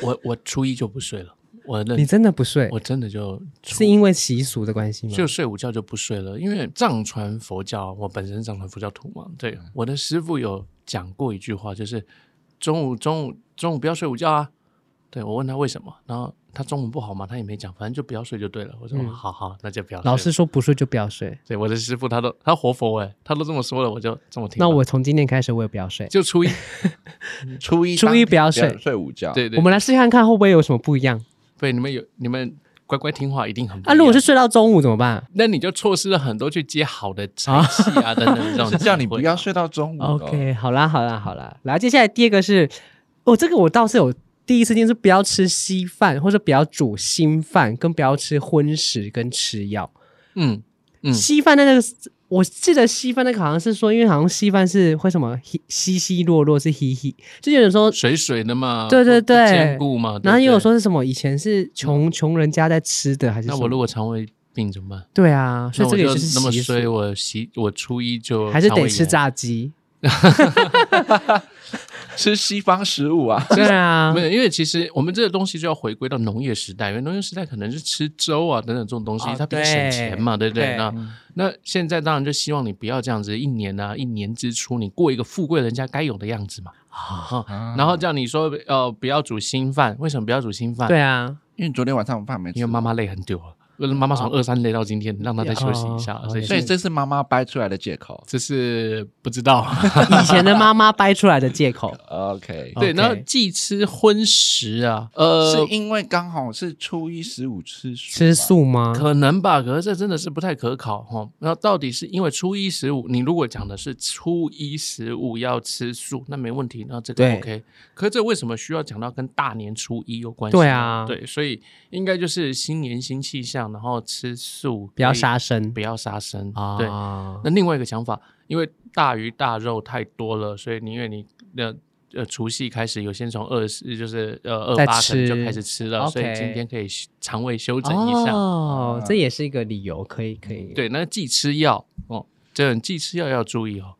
Speaker 3: 我我初一就不睡了，我
Speaker 1: 你
Speaker 3: 认
Speaker 1: 真的不睡，
Speaker 3: 我真的就是
Speaker 1: 因为习俗的关系吗？
Speaker 3: 就睡午觉就不睡了，因为藏传佛教，我本身藏传佛教徒嘛，
Speaker 1: 嗯
Speaker 3: 对，我的师傅有讲过一句话，就是中午中午中午不要睡午觉啊。对我问他为什么，然后他中文不好嘛，他也没讲，反正就不要睡就对了。我说、
Speaker 1: 嗯
Speaker 3: 好好，那就不要睡。
Speaker 1: 老师，说不睡就不要睡。
Speaker 3: 对我的师傅他都他活佛哎、他都这么说了，我就这么听吧。
Speaker 1: 那我从今天开始我也不要睡。
Speaker 3: 就
Speaker 1: [LAUGHS]
Speaker 3: 初一，
Speaker 2: 初一
Speaker 1: 初一不要睡
Speaker 2: 睡午觉。
Speaker 3: 对对，
Speaker 1: 我们来试看看会不会有什么不一样。
Speaker 3: 对你们有你们乖乖听话，一定很不
Speaker 1: 啊，
Speaker 3: 一
Speaker 1: 如果
Speaker 3: 样
Speaker 1: 是睡到中午怎么办？
Speaker 3: 那你就错失了很多去接好的财气
Speaker 1: [LAUGHS]
Speaker 3: 啊等等这种
Speaker 2: 是
Speaker 3: 机会，
Speaker 2: 叫你不要睡到中午的哦。
Speaker 1: OK，好啦，好啦，好啦。然后接下来第二个是，哦，这个我倒是有第一次听是不要吃稀饭，或者不要煮新饭，跟不要吃荤食跟吃药。
Speaker 3: 嗯嗯
Speaker 1: 稀饭那个，我记得稀饭那个好像是说，因为好像稀饭是会什么稀稀稀落落是稀稀，就有人说，
Speaker 3: 水水的嘛，
Speaker 1: 对对
Speaker 3: 不
Speaker 1: 对
Speaker 3: 兼顾哦嘛。对不
Speaker 1: 然后也有
Speaker 3: 对，
Speaker 1: 说是什么以前是穷穷人家在吃的还是
Speaker 3: 那
Speaker 1: 什
Speaker 3: 我
Speaker 1: 么？
Speaker 3: 如果肠胃病怎么办？
Speaker 1: 对啊，所以
Speaker 3: 那我
Speaker 1: 这个也
Speaker 3: 就是那么
Speaker 1: 习
Speaker 3: 衰，
Speaker 1: 俗，
Speaker 3: 我习我初一就
Speaker 1: 还是
Speaker 3: 肠胃
Speaker 1: 得吃
Speaker 3: 炎，
Speaker 1: 炸鸡。
Speaker 2: 吃西方食物啊，
Speaker 1: 对啊
Speaker 3: [LAUGHS] 没，有，因为其实我们这个东西就要回归到农业时代，因为农业时代可能是吃粥啊等等这种东西，
Speaker 1: 哦
Speaker 3: 它比较省钱嘛，对
Speaker 1: 对
Speaker 3: 不
Speaker 1: 对
Speaker 3: 对？
Speaker 1: 嗯
Speaker 3: 那那现在当然就希望你不要这样子，一年啊一年之初你过一个富贵人家该有的样子嘛。啊、
Speaker 1: 嗯
Speaker 3: 然后叫你说呃不要煮新饭，为什么不要煮新饭？
Speaker 1: 对啊，
Speaker 2: 因为你昨天晚上饭没吃，
Speaker 3: 因为妈妈累很久了，妈妈从二三累到今天，让她再休息一下
Speaker 1: 哦，
Speaker 3: 所以
Speaker 1: 哦
Speaker 2: 所以这是妈妈掰出来的借口。
Speaker 3: 这是不知道。 [LAUGHS]
Speaker 1: 以前的妈妈掰出来的借口。
Speaker 2: OK，
Speaker 1: OK
Speaker 3: 对，然后忌吃荤食啊，呃
Speaker 2: 是，因为刚好是初一十五吃素吧
Speaker 1: 吃素吗？
Speaker 3: 可能吧，可是这真的是不太可考哈。那到底是因为初一十五，你如果讲的是初一十五要吃素，那没问题，那这个
Speaker 1: 对
Speaker 3: OK。可是这为什么需要讲到跟大年初一有关系呢？
Speaker 1: 对啊
Speaker 3: 对，所以应该就是新年新气象，然后吃素，
Speaker 1: 不要杀生
Speaker 3: 不要杀生
Speaker 1: 啊。
Speaker 3: 对，那另外一个想法，因为大鱼大肉太多了，所以宁愿你呃呃除夕开始，有些人从二十就是呃二
Speaker 1: 在
Speaker 3: 八可能
Speaker 1: 吃
Speaker 3: 就开始吃了，所以
Speaker 1: OK
Speaker 3: 今天可以休肠胃休整一下。嗯
Speaker 1: 哦，这也是一个理由，可以可以。，
Speaker 3: 对，那忌吃药哦，这种忌吃药要注意哦，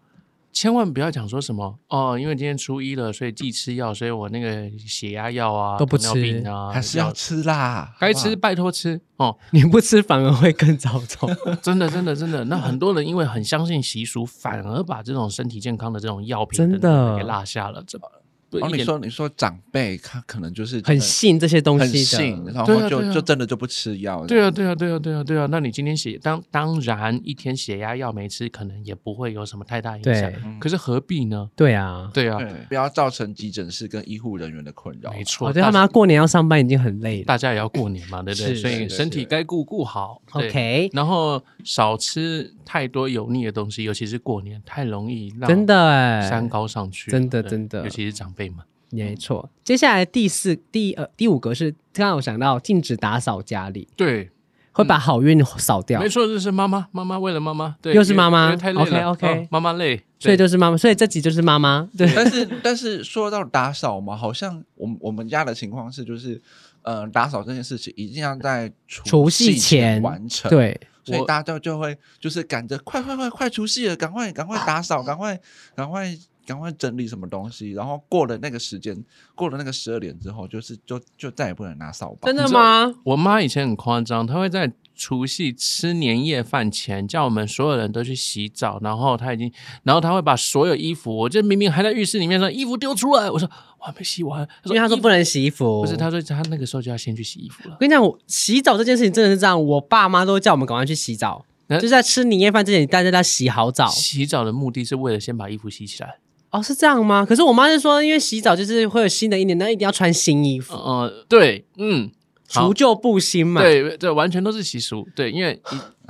Speaker 3: 千万不要讲说什么哦，因为今天初一了，所以忌吃药，所以我那个血压药啊、
Speaker 1: 都不
Speaker 3: 糖尿病啊，
Speaker 2: 还是要吃啦，
Speaker 3: 该吃拜托吃哦。
Speaker 1: 你不吃反而会更早
Speaker 3: [LAUGHS]
Speaker 1: 走。
Speaker 3: 真的，真的，真的。
Speaker 1: 嗯
Speaker 3: 那很多人因为很相信习俗，反而把这种身体健康的这种药品
Speaker 1: 真的
Speaker 3: 等等给落下了。这不
Speaker 2: 好不好。
Speaker 3: 一
Speaker 2: 哦，你
Speaker 3: 点
Speaker 2: 说你说长辈他可能就是
Speaker 1: 很
Speaker 2: 信
Speaker 1: 信这些东
Speaker 2: 很
Speaker 1: 西
Speaker 2: 信，
Speaker 1: 的，
Speaker 2: 然
Speaker 3: 对啊
Speaker 2: 后就
Speaker 3: 对啊
Speaker 2: 就真的就不吃药。
Speaker 3: 对啊，对啊，对啊，对啊，对啊。那你今天血当当然一天血压药没吃，可能也不会有什么太大影响
Speaker 1: 对。
Speaker 2: 嗯
Speaker 3: 可是何必呢？
Speaker 1: 对啊。
Speaker 3: 对啊，
Speaker 2: 对，不要造成急诊室跟医护人员的困扰。
Speaker 3: 没错，
Speaker 1: 我哦觉得他们
Speaker 3: 大
Speaker 1: 要过年要上班已经很累了。
Speaker 3: 大家也要过年嘛，对不对？
Speaker 1: 是
Speaker 3: 所以
Speaker 2: 是是
Speaker 3: 身体该顾顾好。对
Speaker 1: OK，
Speaker 3: 然后少吃太多油腻的东西，尤其是过年，太容易让
Speaker 1: 真的哎，
Speaker 3: 三高上去了。
Speaker 1: 真的
Speaker 3: 对
Speaker 1: 真的
Speaker 3: 尤其是长辈们。
Speaker 1: 没错。
Speaker 3: 嗯
Speaker 1: 接下来第四、第呃第五个是刚刚有想到禁止打扫家里，
Speaker 3: 对，
Speaker 1: 会把好运扫掉
Speaker 3: 没。错，就是妈妈，妈妈为了妈妈，对，
Speaker 1: 又是妈妈
Speaker 3: 因为因为太累了
Speaker 1: OK，OK
Speaker 3: 哦妈妈累，
Speaker 1: 所以
Speaker 3: 对
Speaker 1: 就是妈妈，所以这集就是妈妈。对，
Speaker 2: 但是但是说到打扫嘛，好像我们我们家的情况是，就是呃，打扫这件事情一定要在
Speaker 1: 除夕
Speaker 2: 夕
Speaker 1: 前
Speaker 2: 完成。，
Speaker 1: 对，
Speaker 2: 所
Speaker 3: 我
Speaker 2: 以大家就就会就是赶着快快快快除夕了，赶快赶快打扫，
Speaker 1: 啊
Speaker 2: 赶快赶快赶快整理什么东西。然后过了那个时间，过了那个十二点之后，就是就就再也不能拿扫把。
Speaker 1: 真的吗？
Speaker 3: 我妈以前很夸张，她会在除夕吃年夜饭前叫我们所有人都去洗澡，然后他已经，然后他会把所有衣服，我这明明还在浴室里面说衣服丢出来，我说我还没洗完，
Speaker 1: 因为他说
Speaker 3: 衣服
Speaker 1: 不能洗衣服，
Speaker 3: 不是，他说他那个时候就要先去洗衣服了
Speaker 1: 我。跟你讲，我洗澡这件事情真的是这样，我爸妈都会叫我们赶快去洗澡，
Speaker 3: 嗯
Speaker 1: 就是在吃年夜饭之前，大家都要洗好澡。
Speaker 3: 洗澡的目的是为了先把衣服洗起来。
Speaker 1: 哦，是这样吗？可是我妈是说，因为洗澡就是会有新的一年，那一定要穿新衣服，
Speaker 3: 呃，对，嗯，好
Speaker 1: 除旧布新嘛。，
Speaker 3: 对，这完全都是习俗。对，因为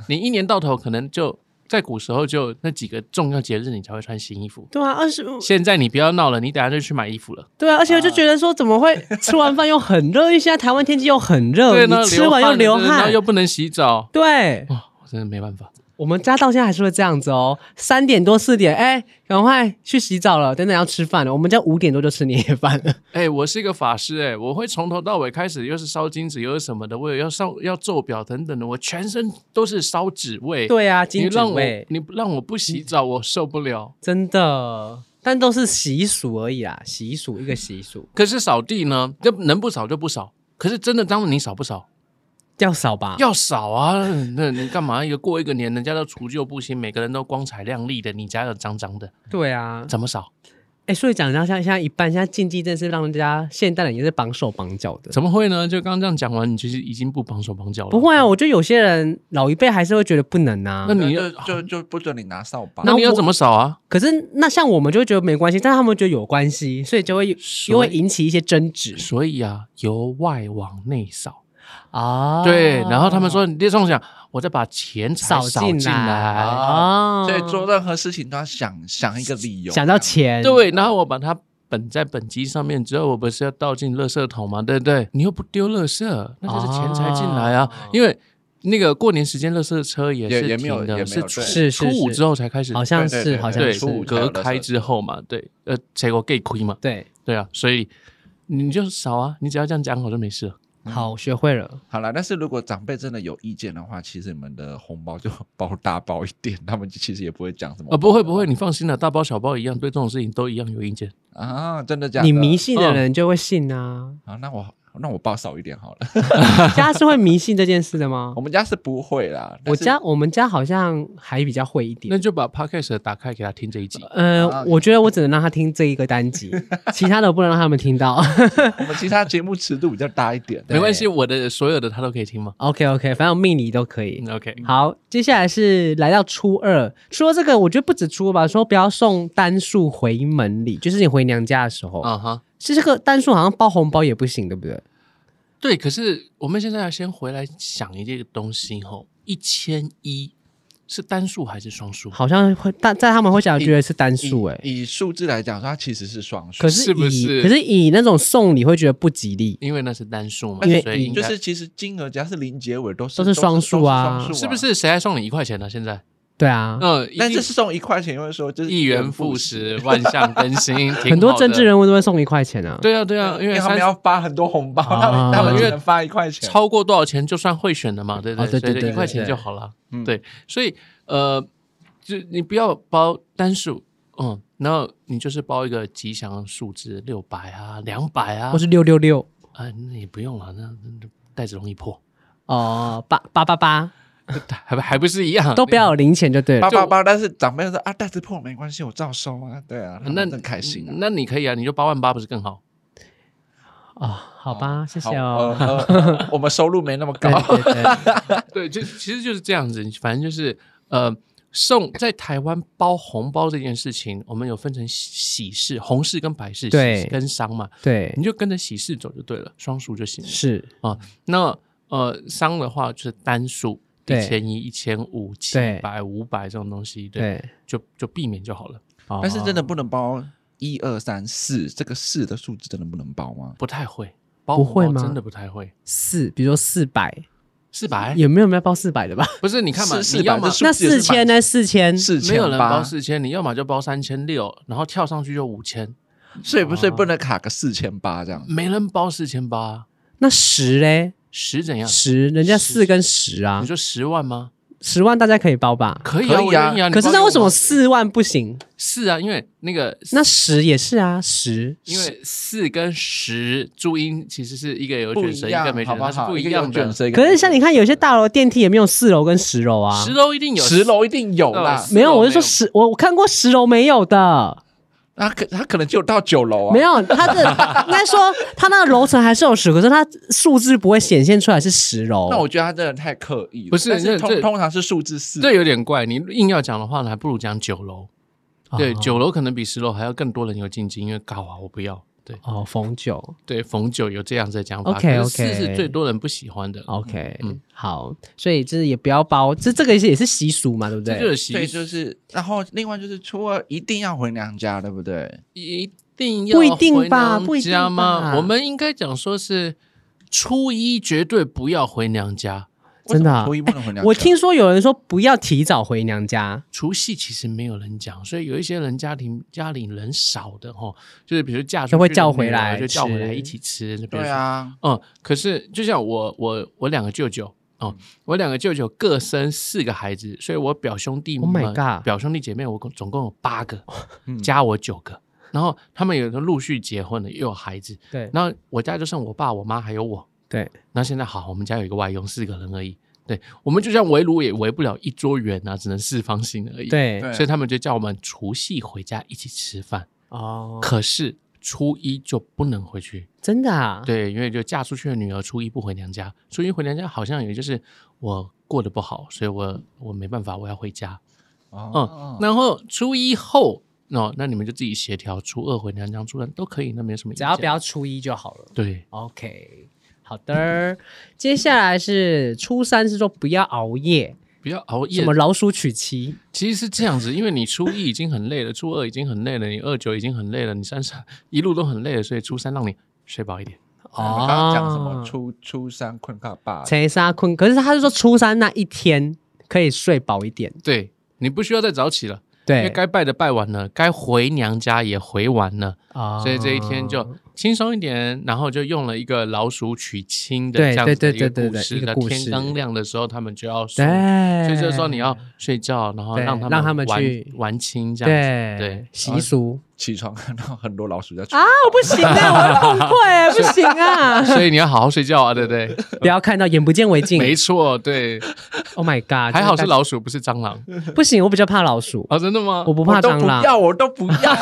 Speaker 3: 你你一年到头可能就在古时候就那几个重要节日你才会穿新衣服。
Speaker 1: 对啊，二十
Speaker 3: 现在你不要闹了，你等下就去买衣服了。
Speaker 1: 对啊，而且我就觉得说，怎么会吃完饭又很热？因为现在台湾天气又很热，
Speaker 3: 那
Speaker 1: 哦你吃完又流
Speaker 3: 对然后
Speaker 1: 汗
Speaker 3: 又。不能洗 [LAUGHS] 澡，
Speaker 1: 对，
Speaker 3: 我真的没办法。
Speaker 1: 我们家到现在还是会这样子哦，三点多四点，哎，赶快去洗澡了，等等要吃饭了。我们家五点多就吃年夜饭了。
Speaker 3: 哎、我是一个法师、哎，我会从头到尾开始，又是烧金纸，又是什么的，我也要上要奏表等等的，我全身都是烧纸味。，
Speaker 1: 对啊，
Speaker 3: 你
Speaker 1: 金纸
Speaker 3: 让我
Speaker 1: 味。嗯
Speaker 3: 你让我不洗澡，我受不了。
Speaker 1: 真的，但都是习俗而已啦，习俗一个习俗，
Speaker 3: 可是扫地呢，就能不扫就不扫。可是真的，当你扫不扫，
Speaker 1: 要少吧？
Speaker 3: 要扫啊！那你干嘛？一个过一个年，人家都除旧布新，每个人都光彩亮丽的，你家又脏脏的，
Speaker 1: 对啊，
Speaker 3: 怎么扫？
Speaker 1: 哎、所以讲到像现在一半，现在竞技真的是让人家现代人也是绑手绑脚的。
Speaker 3: 怎么会呢？就刚刚这样讲完，你其实已经不绑手绑脚了。
Speaker 1: 不会啊，我觉得有些人老一辈还是会觉得不能啊
Speaker 3: 那。你
Speaker 2: 就就就不准你拿扫把。
Speaker 3: 那你要
Speaker 1: 我
Speaker 3: 怎么扫啊？
Speaker 1: 可是那像我们就会觉得没关系，但他们觉得有关系，所以就会又
Speaker 3: 所
Speaker 1: 会
Speaker 3: 以
Speaker 1: 引起一些争执
Speaker 3: 所以啊，由外往内扫。
Speaker 1: 啊。
Speaker 3: 对，然后他们说你别冲想，我再把钱财
Speaker 1: 扫
Speaker 3: 扫
Speaker 1: 进
Speaker 3: 进
Speaker 1: 来
Speaker 3: 来。
Speaker 1: 啊，
Speaker 2: 所以做任何事情都要想想一个理由，
Speaker 1: 想到钱，
Speaker 3: 对，然后我把它本在本机上面之后，我不是要倒进垃圾桶吗？对不对？你又不丢垃圾，那就是钱才进来啊。
Speaker 1: 哦
Speaker 3: 因为那个过年时间，垃圾车也是
Speaker 2: 也也没有
Speaker 3: 停的
Speaker 2: 也没有对
Speaker 3: 是初
Speaker 1: 是是
Speaker 3: 初五
Speaker 1: 是
Speaker 3: 之后才开始，
Speaker 1: 好像是，
Speaker 2: 对对对
Speaker 1: 好像
Speaker 3: 对
Speaker 2: 初
Speaker 1: 是，
Speaker 2: 五才
Speaker 3: 隔
Speaker 2: 有垃圾
Speaker 3: 开
Speaker 2: 车
Speaker 3: 之后嘛，对，呃，结果 gay 亏嘛，
Speaker 1: 对，
Speaker 3: 对啊，所以你就少啊，你只要这样讲好就没事了。
Speaker 1: 好，学会了。
Speaker 2: 好了，但是如果长辈真的有意见的话，其实你们的红包就 [LAUGHS] 包大包一点，他们其实也不会讲什么
Speaker 1: 哦
Speaker 3: 啊，不会不会，你放心了，大包小包一样，对这种事情都一样有意见。
Speaker 2: 啊，真的假的？
Speaker 1: 你迷信
Speaker 2: 嗯
Speaker 1: 的人就会信啊。 [LAUGHS]
Speaker 2: 啊？那我那我包少一点好了。 [LAUGHS]
Speaker 1: 家是会迷信这件事的吗
Speaker 2: 我？们家是不会啦，但
Speaker 1: 我
Speaker 2: 是
Speaker 1: 家我们家好像还比较会一
Speaker 3: 那
Speaker 1: 点。
Speaker 3: 就把 podcast 打开给他听这一集。
Speaker 2: 啊
Speaker 1: 呃，我觉得我只能让他听这一个单
Speaker 2: [LAUGHS]
Speaker 1: 集，其他的不能让他们听到。 [LAUGHS]
Speaker 2: 我们其他节目尺度比较大一点，
Speaker 3: 没关系，我的所有的他都可以听吗
Speaker 1: OK OK，反正我命理都可以。
Speaker 3: 嗯？OK，
Speaker 1: 好，接下来是来到初二，说这个我觉得不止初二吧，说不要送单数回门礼，就是你回娘家的时候，
Speaker 3: 啊哈。
Speaker 1: 其实这个单数好像包红包也不行，对不对？
Speaker 3: 对，可是我们现在要先回来想一这个东西吼，一千一是单数还是双数？
Speaker 1: 好像会，但在他们会想觉得是单
Speaker 2: 以
Speaker 1: 数哎、
Speaker 2: 以数字来讲，它其实是双数
Speaker 1: 可，是以
Speaker 3: 是不是
Speaker 1: 可是以那种送礼会觉得不吉利，
Speaker 3: 因为那是单数嘛
Speaker 1: 因为，
Speaker 3: 所以应
Speaker 2: 就
Speaker 3: 该
Speaker 2: 是其实金额只要是零结尾都是
Speaker 1: 都是双数啊
Speaker 2: 都是双数
Speaker 3: 是不？是谁还送你一块钱呢？现在，
Speaker 1: 对啊，
Speaker 3: 嗯，
Speaker 2: 但这
Speaker 3: 这
Speaker 2: 是送一块钱，因为说就是
Speaker 3: 一元复始，万象更
Speaker 1: [LAUGHS]
Speaker 3: 新，
Speaker 1: 很多政治
Speaker 3: 人
Speaker 1: 人物都会送一块钱啊。
Speaker 3: 对啊对啊，因
Speaker 2: 因
Speaker 3: 为
Speaker 2: 为他
Speaker 3: 三
Speaker 2: 们要发很多红包，
Speaker 1: 啊
Speaker 2: 他们他们
Speaker 3: 因
Speaker 2: 只
Speaker 3: 为
Speaker 2: 能发一块钱。
Speaker 3: 超过多少钱就算贿选的嘛，对不
Speaker 1: 哦对对
Speaker 3: 所以
Speaker 1: 对
Speaker 3: 一块钱
Speaker 1: 对
Speaker 3: 就好了
Speaker 2: 嗯。
Speaker 3: 对，所以呃，就你不要包单数，嗯，然后你就是包一个吉祥数字，六百啊，两百啊
Speaker 1: 或，是六六六
Speaker 3: 啊，那也不用了，那那袋子容易破， [LAUGHS]
Speaker 1: 哦，八八八八
Speaker 3: 还不还不是一样？
Speaker 1: 都不要有零钱就对了
Speaker 2: 八。八八，但是长辈说啊，袋子破没关系，我照收啊，对啊，他
Speaker 3: 那
Speaker 2: 们很开心啊。
Speaker 3: 那你可以啊，你就八万八不是更好？
Speaker 1: 哦，好吧，谢谢
Speaker 2: 好
Speaker 1: 哦。 [LAUGHS]
Speaker 2: 呃呃我们收入没那么
Speaker 1: 对
Speaker 2: 高，
Speaker 1: 对对，
Speaker 3: [LAUGHS] 对，就其实就是这样子，反正就是呃，送在台湾包红包这件事情，我们有分成喜喜事、红事跟白事，
Speaker 1: 对
Speaker 3: 喜跟商嘛，
Speaker 1: 对
Speaker 3: [LAUGHS] 你就跟着喜事走就对了，双数就行了。
Speaker 1: 是，
Speaker 3: 那呃，商的话就是单数，一
Speaker 1: 对
Speaker 3: 千一、一千五、七
Speaker 1: 对
Speaker 3: 百、五百这种东西，对，
Speaker 1: 对。哦
Speaker 3: 就就避免就好了，
Speaker 2: 但是真
Speaker 1: 的
Speaker 2: 的不能包一二三四，这个四的数字真的不能包吗？
Speaker 3: 不太会包
Speaker 1: 不
Speaker 3: 红包
Speaker 1: 会吗
Speaker 3: 真的不太会，
Speaker 1: 四，比如说四百，
Speaker 3: 四百
Speaker 1: 有没有人要包四百的吧？
Speaker 3: 不是，你看嘛，
Speaker 2: 是
Speaker 3: 你要
Speaker 2: 400
Speaker 3: 么
Speaker 2: 这数
Speaker 1: 那
Speaker 2: 字也
Speaker 1: 四
Speaker 2: 是
Speaker 1: 千
Speaker 2: 蛮
Speaker 1: 呢？四千
Speaker 2: 四
Speaker 3: 没
Speaker 2: 千
Speaker 3: 有人包
Speaker 2: 八，
Speaker 3: 四千，你要么就包三千六，然后跳上去就五千，
Speaker 2: 所以不
Speaker 3: 哦
Speaker 2: 所以不能卡个四千八这样。
Speaker 3: 没人包四千八，
Speaker 1: 那十嘞？
Speaker 3: 十怎样？
Speaker 1: 十，人家四跟十啊
Speaker 3: 你，说十万吗？
Speaker 1: 十万大家可以包吧？
Speaker 3: 可以
Speaker 2: 可
Speaker 3: 啊，
Speaker 2: 以
Speaker 3: 我愿
Speaker 2: 啊
Speaker 3: 意啊。你
Speaker 1: 可是
Speaker 3: 包
Speaker 1: 那
Speaker 3: 给
Speaker 1: 为什么
Speaker 3: 我吗
Speaker 1: 四万不行？
Speaker 3: 是啊？因为那个
Speaker 1: 那十也是啊，十
Speaker 3: 因为四跟十注音其实是一个有
Speaker 2: 不
Speaker 3: 卷
Speaker 2: 一
Speaker 3: 舌，
Speaker 2: 样
Speaker 3: 个没，
Speaker 2: 好
Speaker 3: 卷
Speaker 2: 不
Speaker 3: 舌，是
Speaker 2: 好？
Speaker 3: 不
Speaker 2: 一
Speaker 3: 一
Speaker 2: 个有
Speaker 3: 样的
Speaker 2: 卷。舌，一个
Speaker 1: 可
Speaker 2: 没
Speaker 1: 是像你看，有些大楼电梯也没有四楼跟十楼啊
Speaker 3: 十。楼一定有，
Speaker 2: 十楼一定有啦
Speaker 3: 对，
Speaker 1: 没有，我是
Speaker 3: 十
Speaker 1: 说
Speaker 3: 楼
Speaker 1: 十，我我看过十楼没有的，
Speaker 2: 他可他可能就到九楼啊，
Speaker 1: 没有，它的应该说它那个楼层还是有十，可是它数字不会显现出来是十楼。
Speaker 2: 那我觉得他真的太刻意了，
Speaker 3: 不是
Speaker 2: 但
Speaker 3: 这
Speaker 2: 是通
Speaker 3: 这
Speaker 2: 通常是数字四，
Speaker 3: 这有点怪。你硬要讲的话呢，还不如讲九楼。
Speaker 2: 啊
Speaker 3: 对，
Speaker 1: 哦
Speaker 3: 九楼可能比十楼还要更多人有进京，因为高啊，我不要。对
Speaker 1: 哦，逢九
Speaker 3: 对，逢九有这样子的讲法
Speaker 1: OK，OK
Speaker 3: 可是四是最多人不喜欢的。
Speaker 1: ，OK，
Speaker 3: 嗯
Speaker 1: 好，所以就是也不要包，这这个也是也是习俗嘛，对不
Speaker 3: 这就
Speaker 1: 对？
Speaker 3: 是习
Speaker 2: 对，
Speaker 3: 俗，
Speaker 2: 就是，然后另外就是初二一定要回娘家，对不对？
Speaker 3: 一定要
Speaker 1: 不一定吧
Speaker 3: 回娘
Speaker 1: 不一定
Speaker 3: 家吗？
Speaker 1: 吧
Speaker 3: 我们应该讲说是初一绝对不要回娘家，
Speaker 1: 真的啊
Speaker 2: 为什么初一不能回娘家，
Speaker 1: 我听说有人说不要提早回娘家，
Speaker 3: 除夕其实没有人讲，所以有一些人家庭家里人少的哈，就是比如嫁出去
Speaker 1: 就会
Speaker 3: 的
Speaker 1: 叫
Speaker 3: 女
Speaker 1: 回
Speaker 3: 儿
Speaker 1: 来
Speaker 3: 就叫回来
Speaker 1: 吃
Speaker 3: 一起吃。比如
Speaker 2: 对
Speaker 3: 说
Speaker 2: 啊，
Speaker 3: 嗯，可是就像我我我两个舅舅哦、我两个舅舅各生四个孩子，所以我表兄弟们
Speaker 1: Oh my god
Speaker 3: 表兄弟姐妹我共总共有八个，
Speaker 2: 嗯
Speaker 3: 加我九个。然后他们有的陆续结婚了，又有孩子。
Speaker 1: 对
Speaker 3: 然后我家就剩我爸、我妈还有我。
Speaker 1: 对，
Speaker 3: 那现在好，我们家有一个外佣，四个人而已。对，我们就像围炉也围不了一桌圆啊，只能四方形而已。，
Speaker 1: 对
Speaker 2: 对
Speaker 3: 所以他们就叫我们除夕回家一起吃饭。
Speaker 1: 哦，
Speaker 3: 可是初一就不能回去，
Speaker 1: 真的啊，
Speaker 3: 对，因为就嫁出去的女儿初一不回娘家，初一回娘家好像也就是我过得不好，所以我我没办法，我要回家。
Speaker 2: 哦，
Speaker 3: 然后初一后，哦，那你们就自己协调，初二回娘家，初三都可以，那没有什么意
Speaker 1: 只
Speaker 3: 见。
Speaker 1: 要不要初一就好了。
Speaker 3: 对
Speaker 1: OK，好的。接下来是初三是说不要熬夜，
Speaker 3: 不要熬
Speaker 1: 什
Speaker 3: 夜
Speaker 1: 么，老鼠娶妻，
Speaker 3: 其实是这样子，因为你初一已经很累了，初二已经很累了，你二九已经很累了，你三三一路都很累了，所以初三让你睡饱一点。
Speaker 1: 哦
Speaker 2: 我刚刚讲什么初初三困到爸，
Speaker 1: 陈沙坤，可是他是说初三那一天可以睡饱一点，
Speaker 3: 对你不需要再早起了，因为
Speaker 1: 对，
Speaker 3: 该拜的拜完了，该回娘家也回完了。
Speaker 1: 啊
Speaker 3: 所以这一天就轻松一点，然后就用了一个老鼠娶亲的
Speaker 1: 对
Speaker 3: 这样子的
Speaker 1: 对
Speaker 3: 一个
Speaker 1: 对对
Speaker 3: 故
Speaker 1: 对
Speaker 3: 事。
Speaker 1: 一个
Speaker 3: 那
Speaker 1: 故
Speaker 3: 天
Speaker 1: 事
Speaker 3: 刚亮的时候，他们就要睡，
Speaker 1: 对，
Speaker 3: 所以就是说你要睡觉，然后
Speaker 1: 对
Speaker 3: 让他们
Speaker 1: 让他们
Speaker 3: 玩
Speaker 1: 去
Speaker 3: 玩亲这样子。
Speaker 1: 对
Speaker 3: 对
Speaker 1: 习俗
Speaker 2: 起床看到很多老鼠在
Speaker 1: 啊，我不行
Speaker 3: [LAUGHS]
Speaker 1: 啊，我会崩溃啊，不行啊，
Speaker 3: 所以你要好好睡觉啊，对不 [LAUGHS] 对？
Speaker 1: [LAUGHS] 不要看到眼不见为净
Speaker 3: 没错， [LAUGHS] 对，
Speaker 1: ，Oh my god，
Speaker 3: 还好啊是
Speaker 1: 真的
Speaker 3: 老鼠，不是蟑螂
Speaker 1: 不行，我比较怕老鼠，
Speaker 3: 啊，真的吗
Speaker 1: 我？不怕
Speaker 2: 我都不
Speaker 1: 蟑螂。
Speaker 2: 要，我都不
Speaker 1: [LAUGHS]
Speaker 2: 要，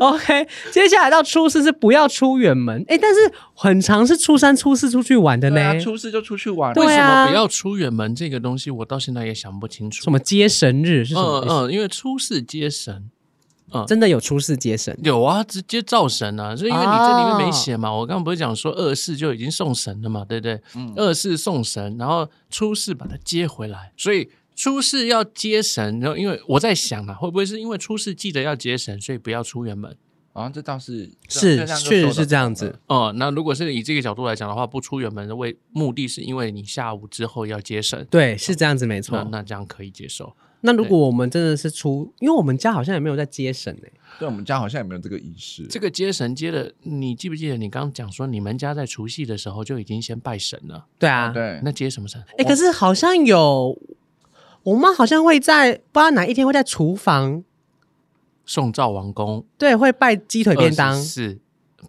Speaker 1: OK，接下来到初四是不要出远门，哎，但是很长是初三、初四出去玩的
Speaker 2: 对
Speaker 1: 呢
Speaker 2: 啊，，初四就出去玩了，
Speaker 1: 对
Speaker 3: 为什
Speaker 1: 啊
Speaker 3: 么不要出远门这个东西，我到现在也想不清楚
Speaker 1: 什。么接神日是什
Speaker 3: 嗯
Speaker 1: 么意思？
Speaker 3: 嗯，因为出世接神，
Speaker 1: 真的有初四接神
Speaker 3: 有啊，直接造神啊，是因为你这里面没写嘛。我刚刚不是讲说二世就已经送神了嘛，对不对？
Speaker 2: 嗯
Speaker 3: 二世送神，然后出世把它接回来，所以出世要接神。然后因为我在想啊，会不会是因为出世记得要接神，所以不要出远门？
Speaker 2: 好像这倒是
Speaker 1: 是确实是这样子，
Speaker 3: 哦、那如果是以这个角度来讲的话，不出远门的为目的是因为你下午之后要接神，
Speaker 1: 对，是这样子没
Speaker 3: 那
Speaker 1: 错。
Speaker 3: 那这样可以接受。
Speaker 1: 那如果我们真的是出，因为我们家好像也没有在接神哎、
Speaker 2: 对我们家好像也没有这个仪式，
Speaker 3: 这个接神接的，你记不记得你刚刚讲说你们家在除夕的时候就已经先拜神了？
Speaker 1: 对啊，哎、
Speaker 2: 哦对，
Speaker 3: 那接什么神？
Speaker 1: 可是好像有，我妈好像会在不知道哪一天会在厨房，
Speaker 3: 送灶王公。
Speaker 1: 对，会拜鸡腿便当，
Speaker 3: 是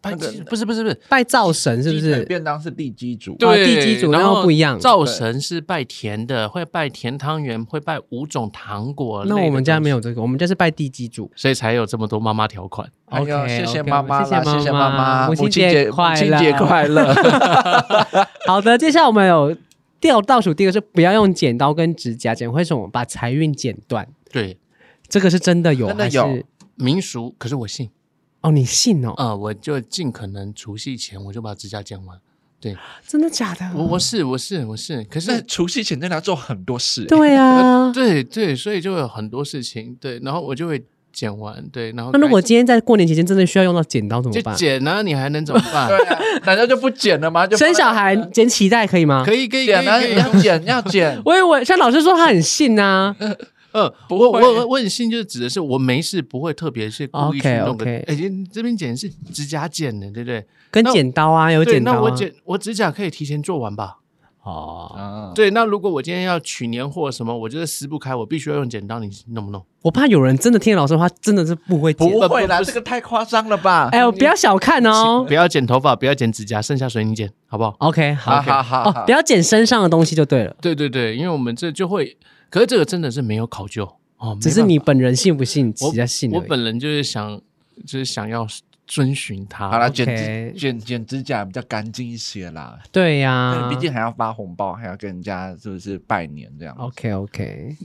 Speaker 3: 拜
Speaker 2: 那个
Speaker 3: 祭不是不是不哦是
Speaker 1: 拜灶神是不
Speaker 2: 鸡腿
Speaker 1: 是？
Speaker 2: 便当是地基主，
Speaker 1: 对地基主
Speaker 3: 然
Speaker 1: 然后不一样
Speaker 3: 灶神是拜甜的，会拜甜汤圆，会拜五种糖果。
Speaker 1: 那我们家没，有这个，我们家是拜地基主。
Speaker 3: 所以才有这么多妈妈条款。
Speaker 2: 哎呦
Speaker 1: OK，
Speaker 2: 谢谢
Speaker 1: OK，
Speaker 2: 妈妈啦，
Speaker 1: 谢
Speaker 2: 谢
Speaker 1: 谢
Speaker 2: 谢
Speaker 1: 妈妈
Speaker 2: 妈妈，
Speaker 1: 母
Speaker 2: 母
Speaker 1: 亲
Speaker 2: 亲
Speaker 1: 节
Speaker 2: 节
Speaker 1: 快
Speaker 2: 母亲节
Speaker 1: 乐
Speaker 2: 快乐。 [LAUGHS]
Speaker 1: 好的，接下来我们有掉倒数第一个是不要用剪刀跟指甲剪，会什么把财运剪断？
Speaker 3: 对
Speaker 1: 这个是真的有
Speaker 2: 真的
Speaker 1: 还是
Speaker 2: 有
Speaker 3: 民俗，可是我信，
Speaker 1: 哦，你信哦？
Speaker 3: 呃，我就尽可能除夕前我就把指甲剪完。 [LAUGHS] 对
Speaker 1: 真的假的？
Speaker 3: 我我是我是我是，可是
Speaker 2: 那除夕前真的要做很多事、欸，
Speaker 1: 对啊，
Speaker 3: 对对，所以就有很多事情对，然后我就会剪完对，然后
Speaker 1: 那如果
Speaker 3: 该
Speaker 1: 今天在过年期间真的需要用到剪刀怎么
Speaker 3: 就
Speaker 1: 办？
Speaker 3: 剪啊，你还能怎么办？
Speaker 2: 对啊，难道就不剪了吗？就
Speaker 1: 生小孩剪脐带可以吗？
Speaker 3: 呃可以可以可
Speaker 2: 剪
Speaker 3: 以
Speaker 2: 啊，
Speaker 3: 可以，
Speaker 2: 要剪要
Speaker 3: [LAUGHS]
Speaker 1: [LAUGHS]
Speaker 2: 剪，
Speaker 1: 我以为像老师说他很信呐、啊，
Speaker 3: 呃，
Speaker 2: 不
Speaker 3: 我
Speaker 2: 会
Speaker 3: 我我很信，就是指的是我没事不会特别是故意去
Speaker 1: OK，
Speaker 3: 弄个，
Speaker 1: OK
Speaker 3: 哎、你这边剪是指甲剪的，对不对？
Speaker 1: 跟
Speaker 3: 那
Speaker 1: 剪刀啊有
Speaker 3: 对，
Speaker 1: 剪刀、啊、
Speaker 3: 那我剪我指甲可以提前做完吧？
Speaker 1: 哦，
Speaker 2: 啊，
Speaker 3: 对，那如果我今天要取年货什么，我就是撕不开，我必须要用剪刀，你弄不弄？
Speaker 1: 我怕有人真的听老师的话，真的是不会剪。
Speaker 2: 不会啦，
Speaker 3: 不是
Speaker 2: 这个太夸张了吧？
Speaker 1: 哎呦，不要小看哦
Speaker 3: 不。要剪头发，不要剪指甲，剩下随你剪，好不好？
Speaker 1: OK，好
Speaker 2: 哈，哈哈
Speaker 1: 哦，
Speaker 2: 哈
Speaker 1: 不！要剪身上的东西就对了，
Speaker 3: 对对对，因为我们这就会，可是这个真的是没有考究哦，没
Speaker 1: 只是
Speaker 3: 办法
Speaker 1: 你本人信不信，只要信而已。
Speaker 3: 我本人就是想，就是想要遵循它。
Speaker 2: 好啦，
Speaker 1: OK
Speaker 2: 剪指剪剪指甲比较干净一些啦，
Speaker 1: 对呀、
Speaker 2: 但毕竟还要发红包，还要跟人家是不是拜年这样子？
Speaker 1: OK OK，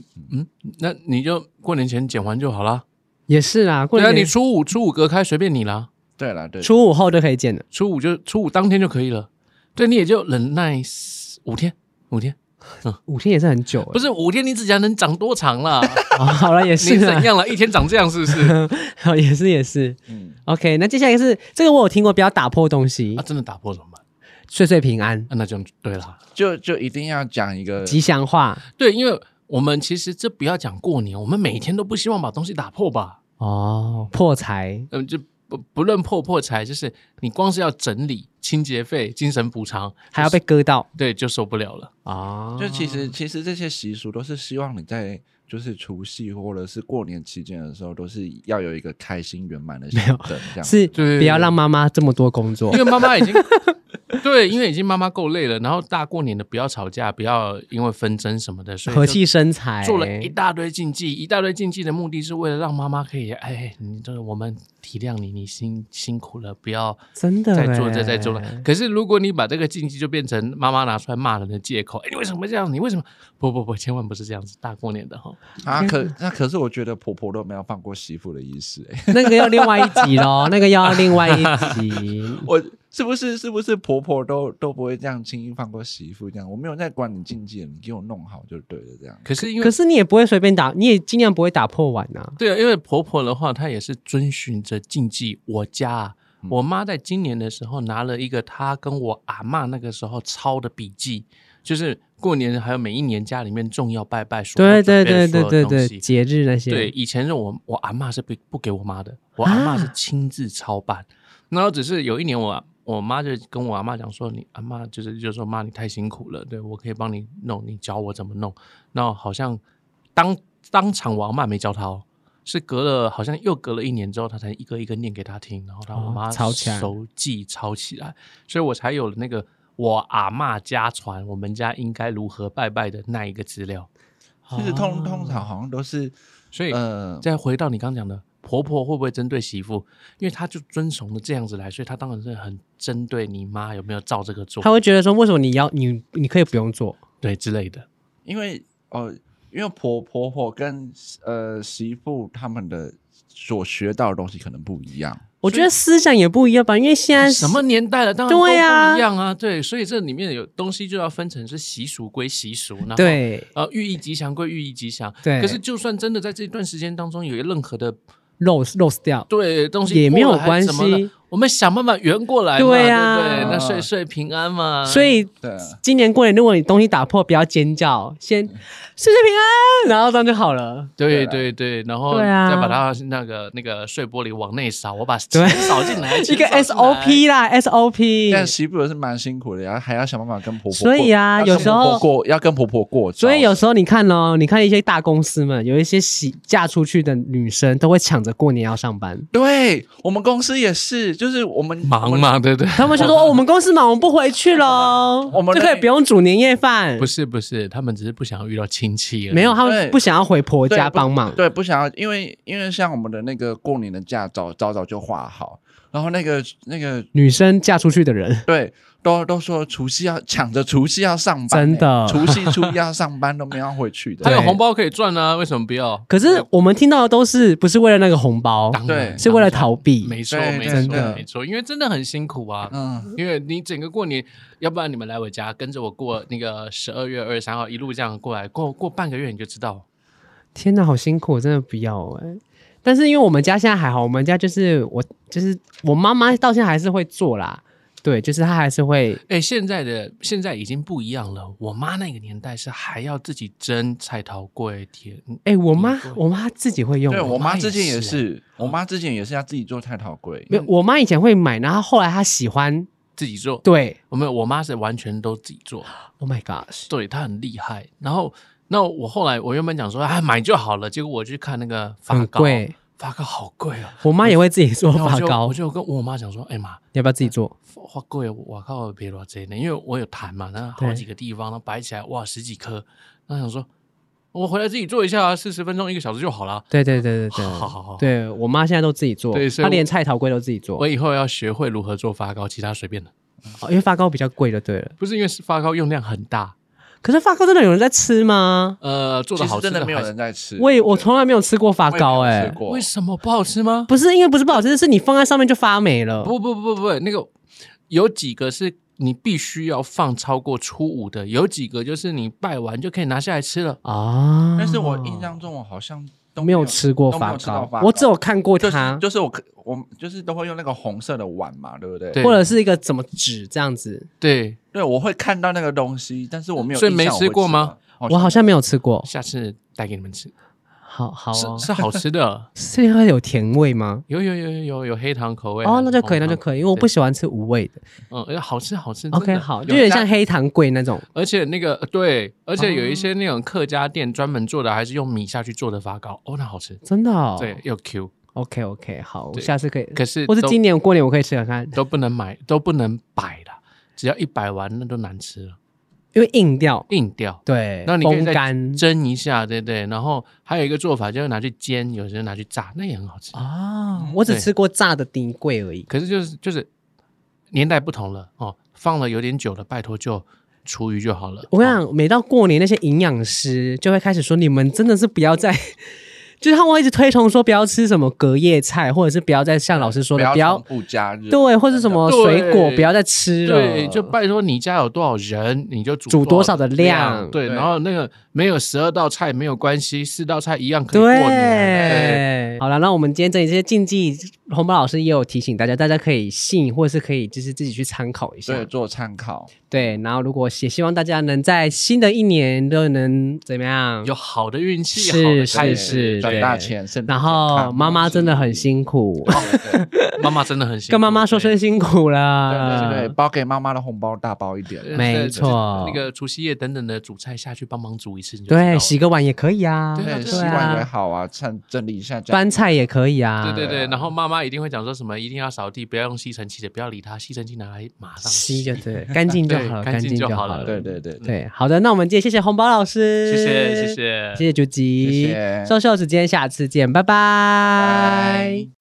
Speaker 3: 那你就过年前剪完就好啦。
Speaker 1: 也是啦，过
Speaker 3: 对啊，
Speaker 1: 年
Speaker 3: 你初五初五隔开随便你啦，
Speaker 2: 对啦，对，
Speaker 1: 初五后就可以见了。
Speaker 3: 初五就初五当天就可以了。对，你也就忍耐四五天，五天
Speaker 1: 五天也是很久、欸，
Speaker 3: 不
Speaker 1: 是、
Speaker 3: 是五天，你指甲能长多长啦？
Speaker 1: 好了，也 [LAUGHS]
Speaker 3: 你
Speaker 1: 是啊啦 [LAUGHS]
Speaker 3: 怎，样了？一天长这样是不是？ [LAUGHS]
Speaker 1: 好也是也是。
Speaker 2: 嗯，
Speaker 1: OK，那接下来是这个我有听过，不要打破东西
Speaker 3: 啊，，真的打破怎么办？
Speaker 1: 岁岁平安，
Speaker 3: 啊、那就对啦。
Speaker 2: 就就一定要讲一个
Speaker 1: 吉祥话
Speaker 3: 对，因为我们其实这不要讲过年，我们每天都不希望把东西打破吧。
Speaker 1: 哦，破财
Speaker 3: 嗯，就不不论破破财，就是你光是要整理、清洁费、精神补偿，
Speaker 1: 还要被割到
Speaker 3: 对就受不了了。
Speaker 1: 啊
Speaker 2: 就其实其实这些习俗都是希望你在就是除夕或者是过年期间的时候，都是要有一个开心圆满的没有这样。
Speaker 1: 是
Speaker 3: 对
Speaker 1: 不要让妈妈这么多工作
Speaker 3: 因为妈妈已经对，因为已经妈妈够累了，然后大过年的不要吵架，不要因为纷争什么的，所以就
Speaker 1: 和气生财，
Speaker 3: 做了一大堆禁忌，一大堆禁忌的目的是为了让妈妈可以，哎，你这个我们体谅你，你辛辛苦了，不要
Speaker 1: 真的
Speaker 3: 再做
Speaker 1: 欸
Speaker 3: 这再做了。可是如果你把这个禁忌就变成妈妈拿出来骂人的借口，哎，你为什么这样？你为什么？不不不，千万不是这样子，大过年的哈。
Speaker 2: 啊，可那可是我觉得婆婆都没有放过媳妇的仪式、
Speaker 1: [LAUGHS]
Speaker 2: 欸，
Speaker 1: 那个要另外一集
Speaker 3: [LAUGHS]
Speaker 1: 咯，那个要另外一集。
Speaker 2: 我是不是是不是婆婆都都不会这样轻易放过媳妇这样？我没有在管你禁忌，你给我弄好就对了这样。
Speaker 3: 可是因为
Speaker 1: 可是你也不会随便打，你也尽量不会打破碗呐、
Speaker 3: 对啊，因为婆婆的话，她也是遵循着禁忌。我家、啊，
Speaker 2: 嗯
Speaker 3: 我妈在今年的时候拿了一个她跟我阿嬷那个时候抄的笔记，就是过年还有每一年家里面重要拜拜所
Speaker 1: 对
Speaker 3: 要
Speaker 1: 对
Speaker 3: 准备
Speaker 1: 对对
Speaker 3: 的所有
Speaker 1: 对
Speaker 3: 东
Speaker 1: 对，
Speaker 3: 西
Speaker 1: 节日那些。
Speaker 3: 对，，以前是我我阿嬷是不不给我妈的，我阿
Speaker 1: 啊
Speaker 3: 嬷是亲自操办。然后只是有一年我我妈就跟我阿嬷讲说，你阿嬷就是就说妈你太辛苦了，对我可以帮你弄，你教我怎么弄。那好像当当场我阿嬷没教她哦，是隔了好像又隔了一年之后，她才一个一个念给她听，然后她
Speaker 1: 哦
Speaker 3: 我妈
Speaker 1: 抄起来
Speaker 3: 手记抄起来，所以我才有了那个。我阿嬷家传我们家应该如何拜拜的那一个资料，
Speaker 2: 其实通通常好像都是
Speaker 3: 所以
Speaker 2: 呃，
Speaker 3: 再回到你刚讲的，婆婆会不会针对媳妇？因为她就遵从的这样子来，所以她当然是很针对你妈有没有照这个做，
Speaker 1: 他会觉得说，为什么你要你你可以不用做？
Speaker 3: 对之类的。
Speaker 2: 因为哦、因为婆婆婆跟呃媳妇他们的所学到的东西可能不一样。
Speaker 1: 我觉得思想也不一样吧，因为现在
Speaker 3: 啊什么年代了，当然都不
Speaker 1: 对啊
Speaker 3: 一样啊，对，所以这里面有东西就要分成是习俗归习俗，然后
Speaker 1: 对
Speaker 3: 呃寓意吉祥归寓意吉祥。
Speaker 1: 对
Speaker 3: 可是就算真的在这段时间当中有任何的
Speaker 1: lose lose 掉，
Speaker 3: 对东西
Speaker 1: 也没有
Speaker 3: 破了还是怎么了
Speaker 1: 关系，
Speaker 3: 我们想办法圆过来嘛，
Speaker 1: 对
Speaker 3: 对
Speaker 1: 啊
Speaker 3: 不对？那岁岁平安嘛，
Speaker 1: 所以。
Speaker 2: 对啊，
Speaker 1: 今年过年，如果你东西打破，不要尖叫，先
Speaker 2: 嗯
Speaker 1: 岁岁平安，然后这样就好了。
Speaker 3: 对
Speaker 2: 对
Speaker 3: 对对，然后
Speaker 1: 对啊
Speaker 3: 再把它那个那个碎玻璃往内扫，我把
Speaker 1: 对
Speaker 3: 钱扫进
Speaker 2: 哎
Speaker 1: [LAUGHS]
Speaker 3: 来，
Speaker 1: 一个
Speaker 3: 钱扫进来
Speaker 1: SOP 啦
Speaker 2: 但
Speaker 1: ，SOP。
Speaker 2: 媳妇也是蛮辛苦的，然后还要想办法跟婆婆过。
Speaker 1: 所以啊
Speaker 2: 要
Speaker 1: 有
Speaker 2: 跟
Speaker 1: 时候
Speaker 2: 婆婆过要跟婆婆过招，
Speaker 1: 所以有时候你看哦，你看一些大公司们，有一些喜嫁出去的女生都会抢着过年要上班，
Speaker 2: 对我们公司也是，就是我们
Speaker 3: [LAUGHS] 忙嘛，对不 [LAUGHS] 对？
Speaker 1: 他们
Speaker 2: [LAUGHS]
Speaker 1: 就说：“哦，我们公司忙，我们不回去喽，
Speaker 2: 我们
Speaker 1: 就可以不用煮年夜饭。”
Speaker 3: 不是不是，他们只是不想要遇到亲戚而已。
Speaker 1: 没有，他们
Speaker 2: 对
Speaker 1: 不想要回婆
Speaker 2: 对
Speaker 1: 家
Speaker 2: 不
Speaker 1: 帮忙。
Speaker 2: 对，不想要，因为因为像我们的那个过年的假早早早就画好，然后那个那个
Speaker 1: 女生嫁出去的人，
Speaker 2: 对，都都说除夕要抢着除夕要上班欸、
Speaker 1: 真的
Speaker 2: 除夕初一要上班都没有要回去
Speaker 3: 还
Speaker 2: 的。
Speaker 3: 有
Speaker 1: 对
Speaker 3: 红包可以赚啊，为什么不要？
Speaker 1: 可是我们听到的都是不是为了那个红包，
Speaker 3: 当
Speaker 2: 对
Speaker 3: 然
Speaker 1: 是为了逃避。
Speaker 3: 没错
Speaker 2: 对
Speaker 3: 没
Speaker 2: 真
Speaker 3: 错
Speaker 2: 的
Speaker 3: 没错，因为真的很辛苦啊。
Speaker 2: 嗯，
Speaker 3: 因为你整个过年，要不然你们来我家跟着我过那个十二月二十三号一路这样过来，过过半个月你就知道。
Speaker 1: 天哪，好辛苦，我真的不要哎、但是因为我们家现在还好，我们家就是我就是我妈妈到现在还是会做啦，对，就是她还是会
Speaker 3: 哎、现在的现在已经不一样了。我妈那个年代是还要自己蒸菜头粿、甜
Speaker 1: 哎、我妈
Speaker 3: 你会
Speaker 1: 我妈自己会用
Speaker 2: 对
Speaker 1: 欸，
Speaker 2: 我妈
Speaker 3: 妈
Speaker 2: 之
Speaker 3: 也
Speaker 2: 前也
Speaker 1: 啊
Speaker 3: 是
Speaker 2: 是，我妈之前也是要自己做菜头粿，
Speaker 1: 没有我妈以前会买，然后后来她喜欢
Speaker 3: 自己做。
Speaker 1: 对
Speaker 3: 我没有，我妈是完全都自己做，
Speaker 1: ，Oh my gosh，
Speaker 3: 对她很厉害。然后，那我后来我原本讲说啊买就好了，结果我去看那个发
Speaker 1: 很
Speaker 3: 糕，
Speaker 1: 贵。
Speaker 3: 发糕好贵啊。
Speaker 1: 嗯我妈也会自己做
Speaker 2: 哦
Speaker 3: 然后我
Speaker 1: 发
Speaker 3: 就 [LAUGHS]
Speaker 1: 糕
Speaker 3: 我，就跟我妈讲说，哎、妈，
Speaker 1: 你要不要自己做？
Speaker 3: 花贵，我靠，别乱这呢，因为我有弹嘛，那好
Speaker 1: 对
Speaker 3: 几个地方，那摆起来哇，十几颗，那想说，我回来自己做一下啊，四十分钟一个小时就好了。
Speaker 1: 对对对对对，
Speaker 3: 好好好
Speaker 1: 对我妈现在都自己做
Speaker 3: 对，所以
Speaker 1: 她
Speaker 3: 我
Speaker 1: 连菜头粿都自己做
Speaker 3: 我，以后要学会如何做发糕，其他随便的，
Speaker 1: 哦因为发糕比较贵就对了。
Speaker 3: 不是因为是发糕用量很大，
Speaker 1: 可是发糕真的有人在吃吗？
Speaker 3: 呃，做的
Speaker 2: 其
Speaker 3: 好
Speaker 2: 实
Speaker 3: 吃
Speaker 2: 真的没有
Speaker 3: 还是
Speaker 2: 人在吃。
Speaker 1: 我也我
Speaker 2: 对
Speaker 1: 从来没有吃过发糕，
Speaker 2: 呃我也没有
Speaker 1: 哎
Speaker 2: 吃，过
Speaker 3: 为什么不好吃吗？
Speaker 1: 不是因为不是不好吃，是你放在上面就发霉了。
Speaker 3: 不不不不不，那个有几个是你必须要放超过初五的，有几个就是你拜完就可以拿下来吃了。
Speaker 1: 啊！
Speaker 2: 但是我印象中我好像都
Speaker 1: 没有吃过
Speaker 2: 都没
Speaker 1: 发
Speaker 2: 有吃到
Speaker 1: 糕
Speaker 2: 发，
Speaker 1: 我只有看过
Speaker 2: 就
Speaker 1: 它
Speaker 2: 是，就是我可我就是都会用那个红色的碗嘛，对不对？
Speaker 3: 对
Speaker 1: 或者是一个怎么纸这样子，
Speaker 3: 对，
Speaker 2: 对我会看到那个东西，但是我没有
Speaker 3: 所
Speaker 2: 印
Speaker 3: 以
Speaker 2: 象
Speaker 3: 没
Speaker 2: 我会吃
Speaker 3: 吃过吗
Speaker 2: 到？
Speaker 1: 我好像没有吃过。
Speaker 3: 下次带给你们吃，
Speaker 1: 好好哦
Speaker 3: 是，是好吃的。
Speaker 1: 是因为有甜味吗？
Speaker 3: 有有有有有有黑糖口味
Speaker 1: 哦，那就可以，那就
Speaker 3: 以。
Speaker 1: 可以，因为我不喜欢吃无味的。
Speaker 3: 嗯，而且好吃好吃。真
Speaker 1: OK，
Speaker 3: 的
Speaker 1: 好，就有点像。
Speaker 3: 但
Speaker 1: 黑糖桂那种。
Speaker 3: 而且那个呃对，而且有
Speaker 1: 哦
Speaker 3: 一些那种客家店专门做的，还是用米下去做的发糕，哦，那好吃。
Speaker 1: 真的哦，
Speaker 3: 对，又 Q，
Speaker 1: ，OK OK，好，我
Speaker 3: 对
Speaker 1: 下次可以，
Speaker 3: 可是
Speaker 1: 或是
Speaker 3: 都
Speaker 1: 今年过年我可以试看看，
Speaker 3: 都不能买，都不能摆啦，只要一摆完那都难吃了，
Speaker 1: 因为硬掉，
Speaker 3: 硬掉。
Speaker 1: 对，
Speaker 3: 那你可以
Speaker 1: 风
Speaker 3: 再
Speaker 1: 干
Speaker 3: 蒸一下，对不对？然后还有一个做法就是拿去煎，有些人拿去炸，那也很好吃。
Speaker 1: 哦，
Speaker 2: 嗯
Speaker 1: 我只
Speaker 3: 对
Speaker 1: 吃过炸的丁桂而已，
Speaker 3: 可是就是就是年代不同了哦，放了有点久了，拜托就厨余就好了。
Speaker 1: 我跟你
Speaker 3: 哦
Speaker 1: 讲，每到过年，那些营养师就会开始说：“你们真的是不要再， [LAUGHS] 就是他们会一直推崇说不要吃什么隔夜菜，或者是不要再像老师说的
Speaker 2: 不
Speaker 1: 不要
Speaker 2: 要不加热，
Speaker 1: 对，或是什么
Speaker 3: 对
Speaker 1: 水果不要再吃了。”
Speaker 3: 对，就拜托你家有多少人，你就煮
Speaker 1: 煮多少的量
Speaker 3: 量。对，
Speaker 2: 对
Speaker 3: 然后那个没有十二道菜没有关系，四道菜一样可以过年。
Speaker 1: 对，好了，那我们今天这里这些禁忌，红包老师也有提醒大家，大家可以信，或是可以就是自己去参考一下。
Speaker 2: 对做参考。
Speaker 1: 对，然后如果也希望大家能在新的一年都能怎么样
Speaker 3: 对，有好的运气，
Speaker 1: 是
Speaker 3: 好的
Speaker 1: 是
Speaker 3: 开始。
Speaker 1: 是
Speaker 2: 赚
Speaker 1: 对
Speaker 2: 大钱，身体
Speaker 1: 然
Speaker 2: 健
Speaker 1: 后
Speaker 2: 康
Speaker 1: 妈妈真的很。辛苦， [LAUGHS]
Speaker 2: 对对
Speaker 3: 妈妈真的很辛苦，
Speaker 1: 跟妈妈说声辛苦
Speaker 2: 对
Speaker 1: 啦。
Speaker 2: 对对，包给妈妈的红包大包一点
Speaker 3: 对，。对
Speaker 1: 没
Speaker 3: 对
Speaker 1: 错
Speaker 3: 那个除夕夜等等的煮菜下去帮忙煮一次，你就知道了
Speaker 1: 对，洗个碗也可以啊，
Speaker 3: 对
Speaker 1: 对
Speaker 2: 对，习惯也
Speaker 1: 啊，
Speaker 2: 好啊，趁整理一下家。
Speaker 1: 搬菜也可以啊，
Speaker 3: 对对对，然后妈妈一定会讲说什么，一定要扫地，不要用吸尘器的，不要理它，吸尘器拿来马上
Speaker 1: 吸就
Speaker 3: [LAUGHS]
Speaker 1: 对，干净就好了，干
Speaker 3: 对干
Speaker 1: 净
Speaker 3: 净
Speaker 1: 就
Speaker 3: 就
Speaker 1: 好
Speaker 3: 好
Speaker 1: 了。
Speaker 3: 了
Speaker 2: 对对对，
Speaker 1: 对，好的，那我们今天谢谢红包老师，
Speaker 3: 谢谢谢
Speaker 1: 谢
Speaker 3: 谢
Speaker 1: 谢朱吉
Speaker 2: 谢谢，
Speaker 1: 瘦瘦子，今天下次见，拜拜
Speaker 2: 拜。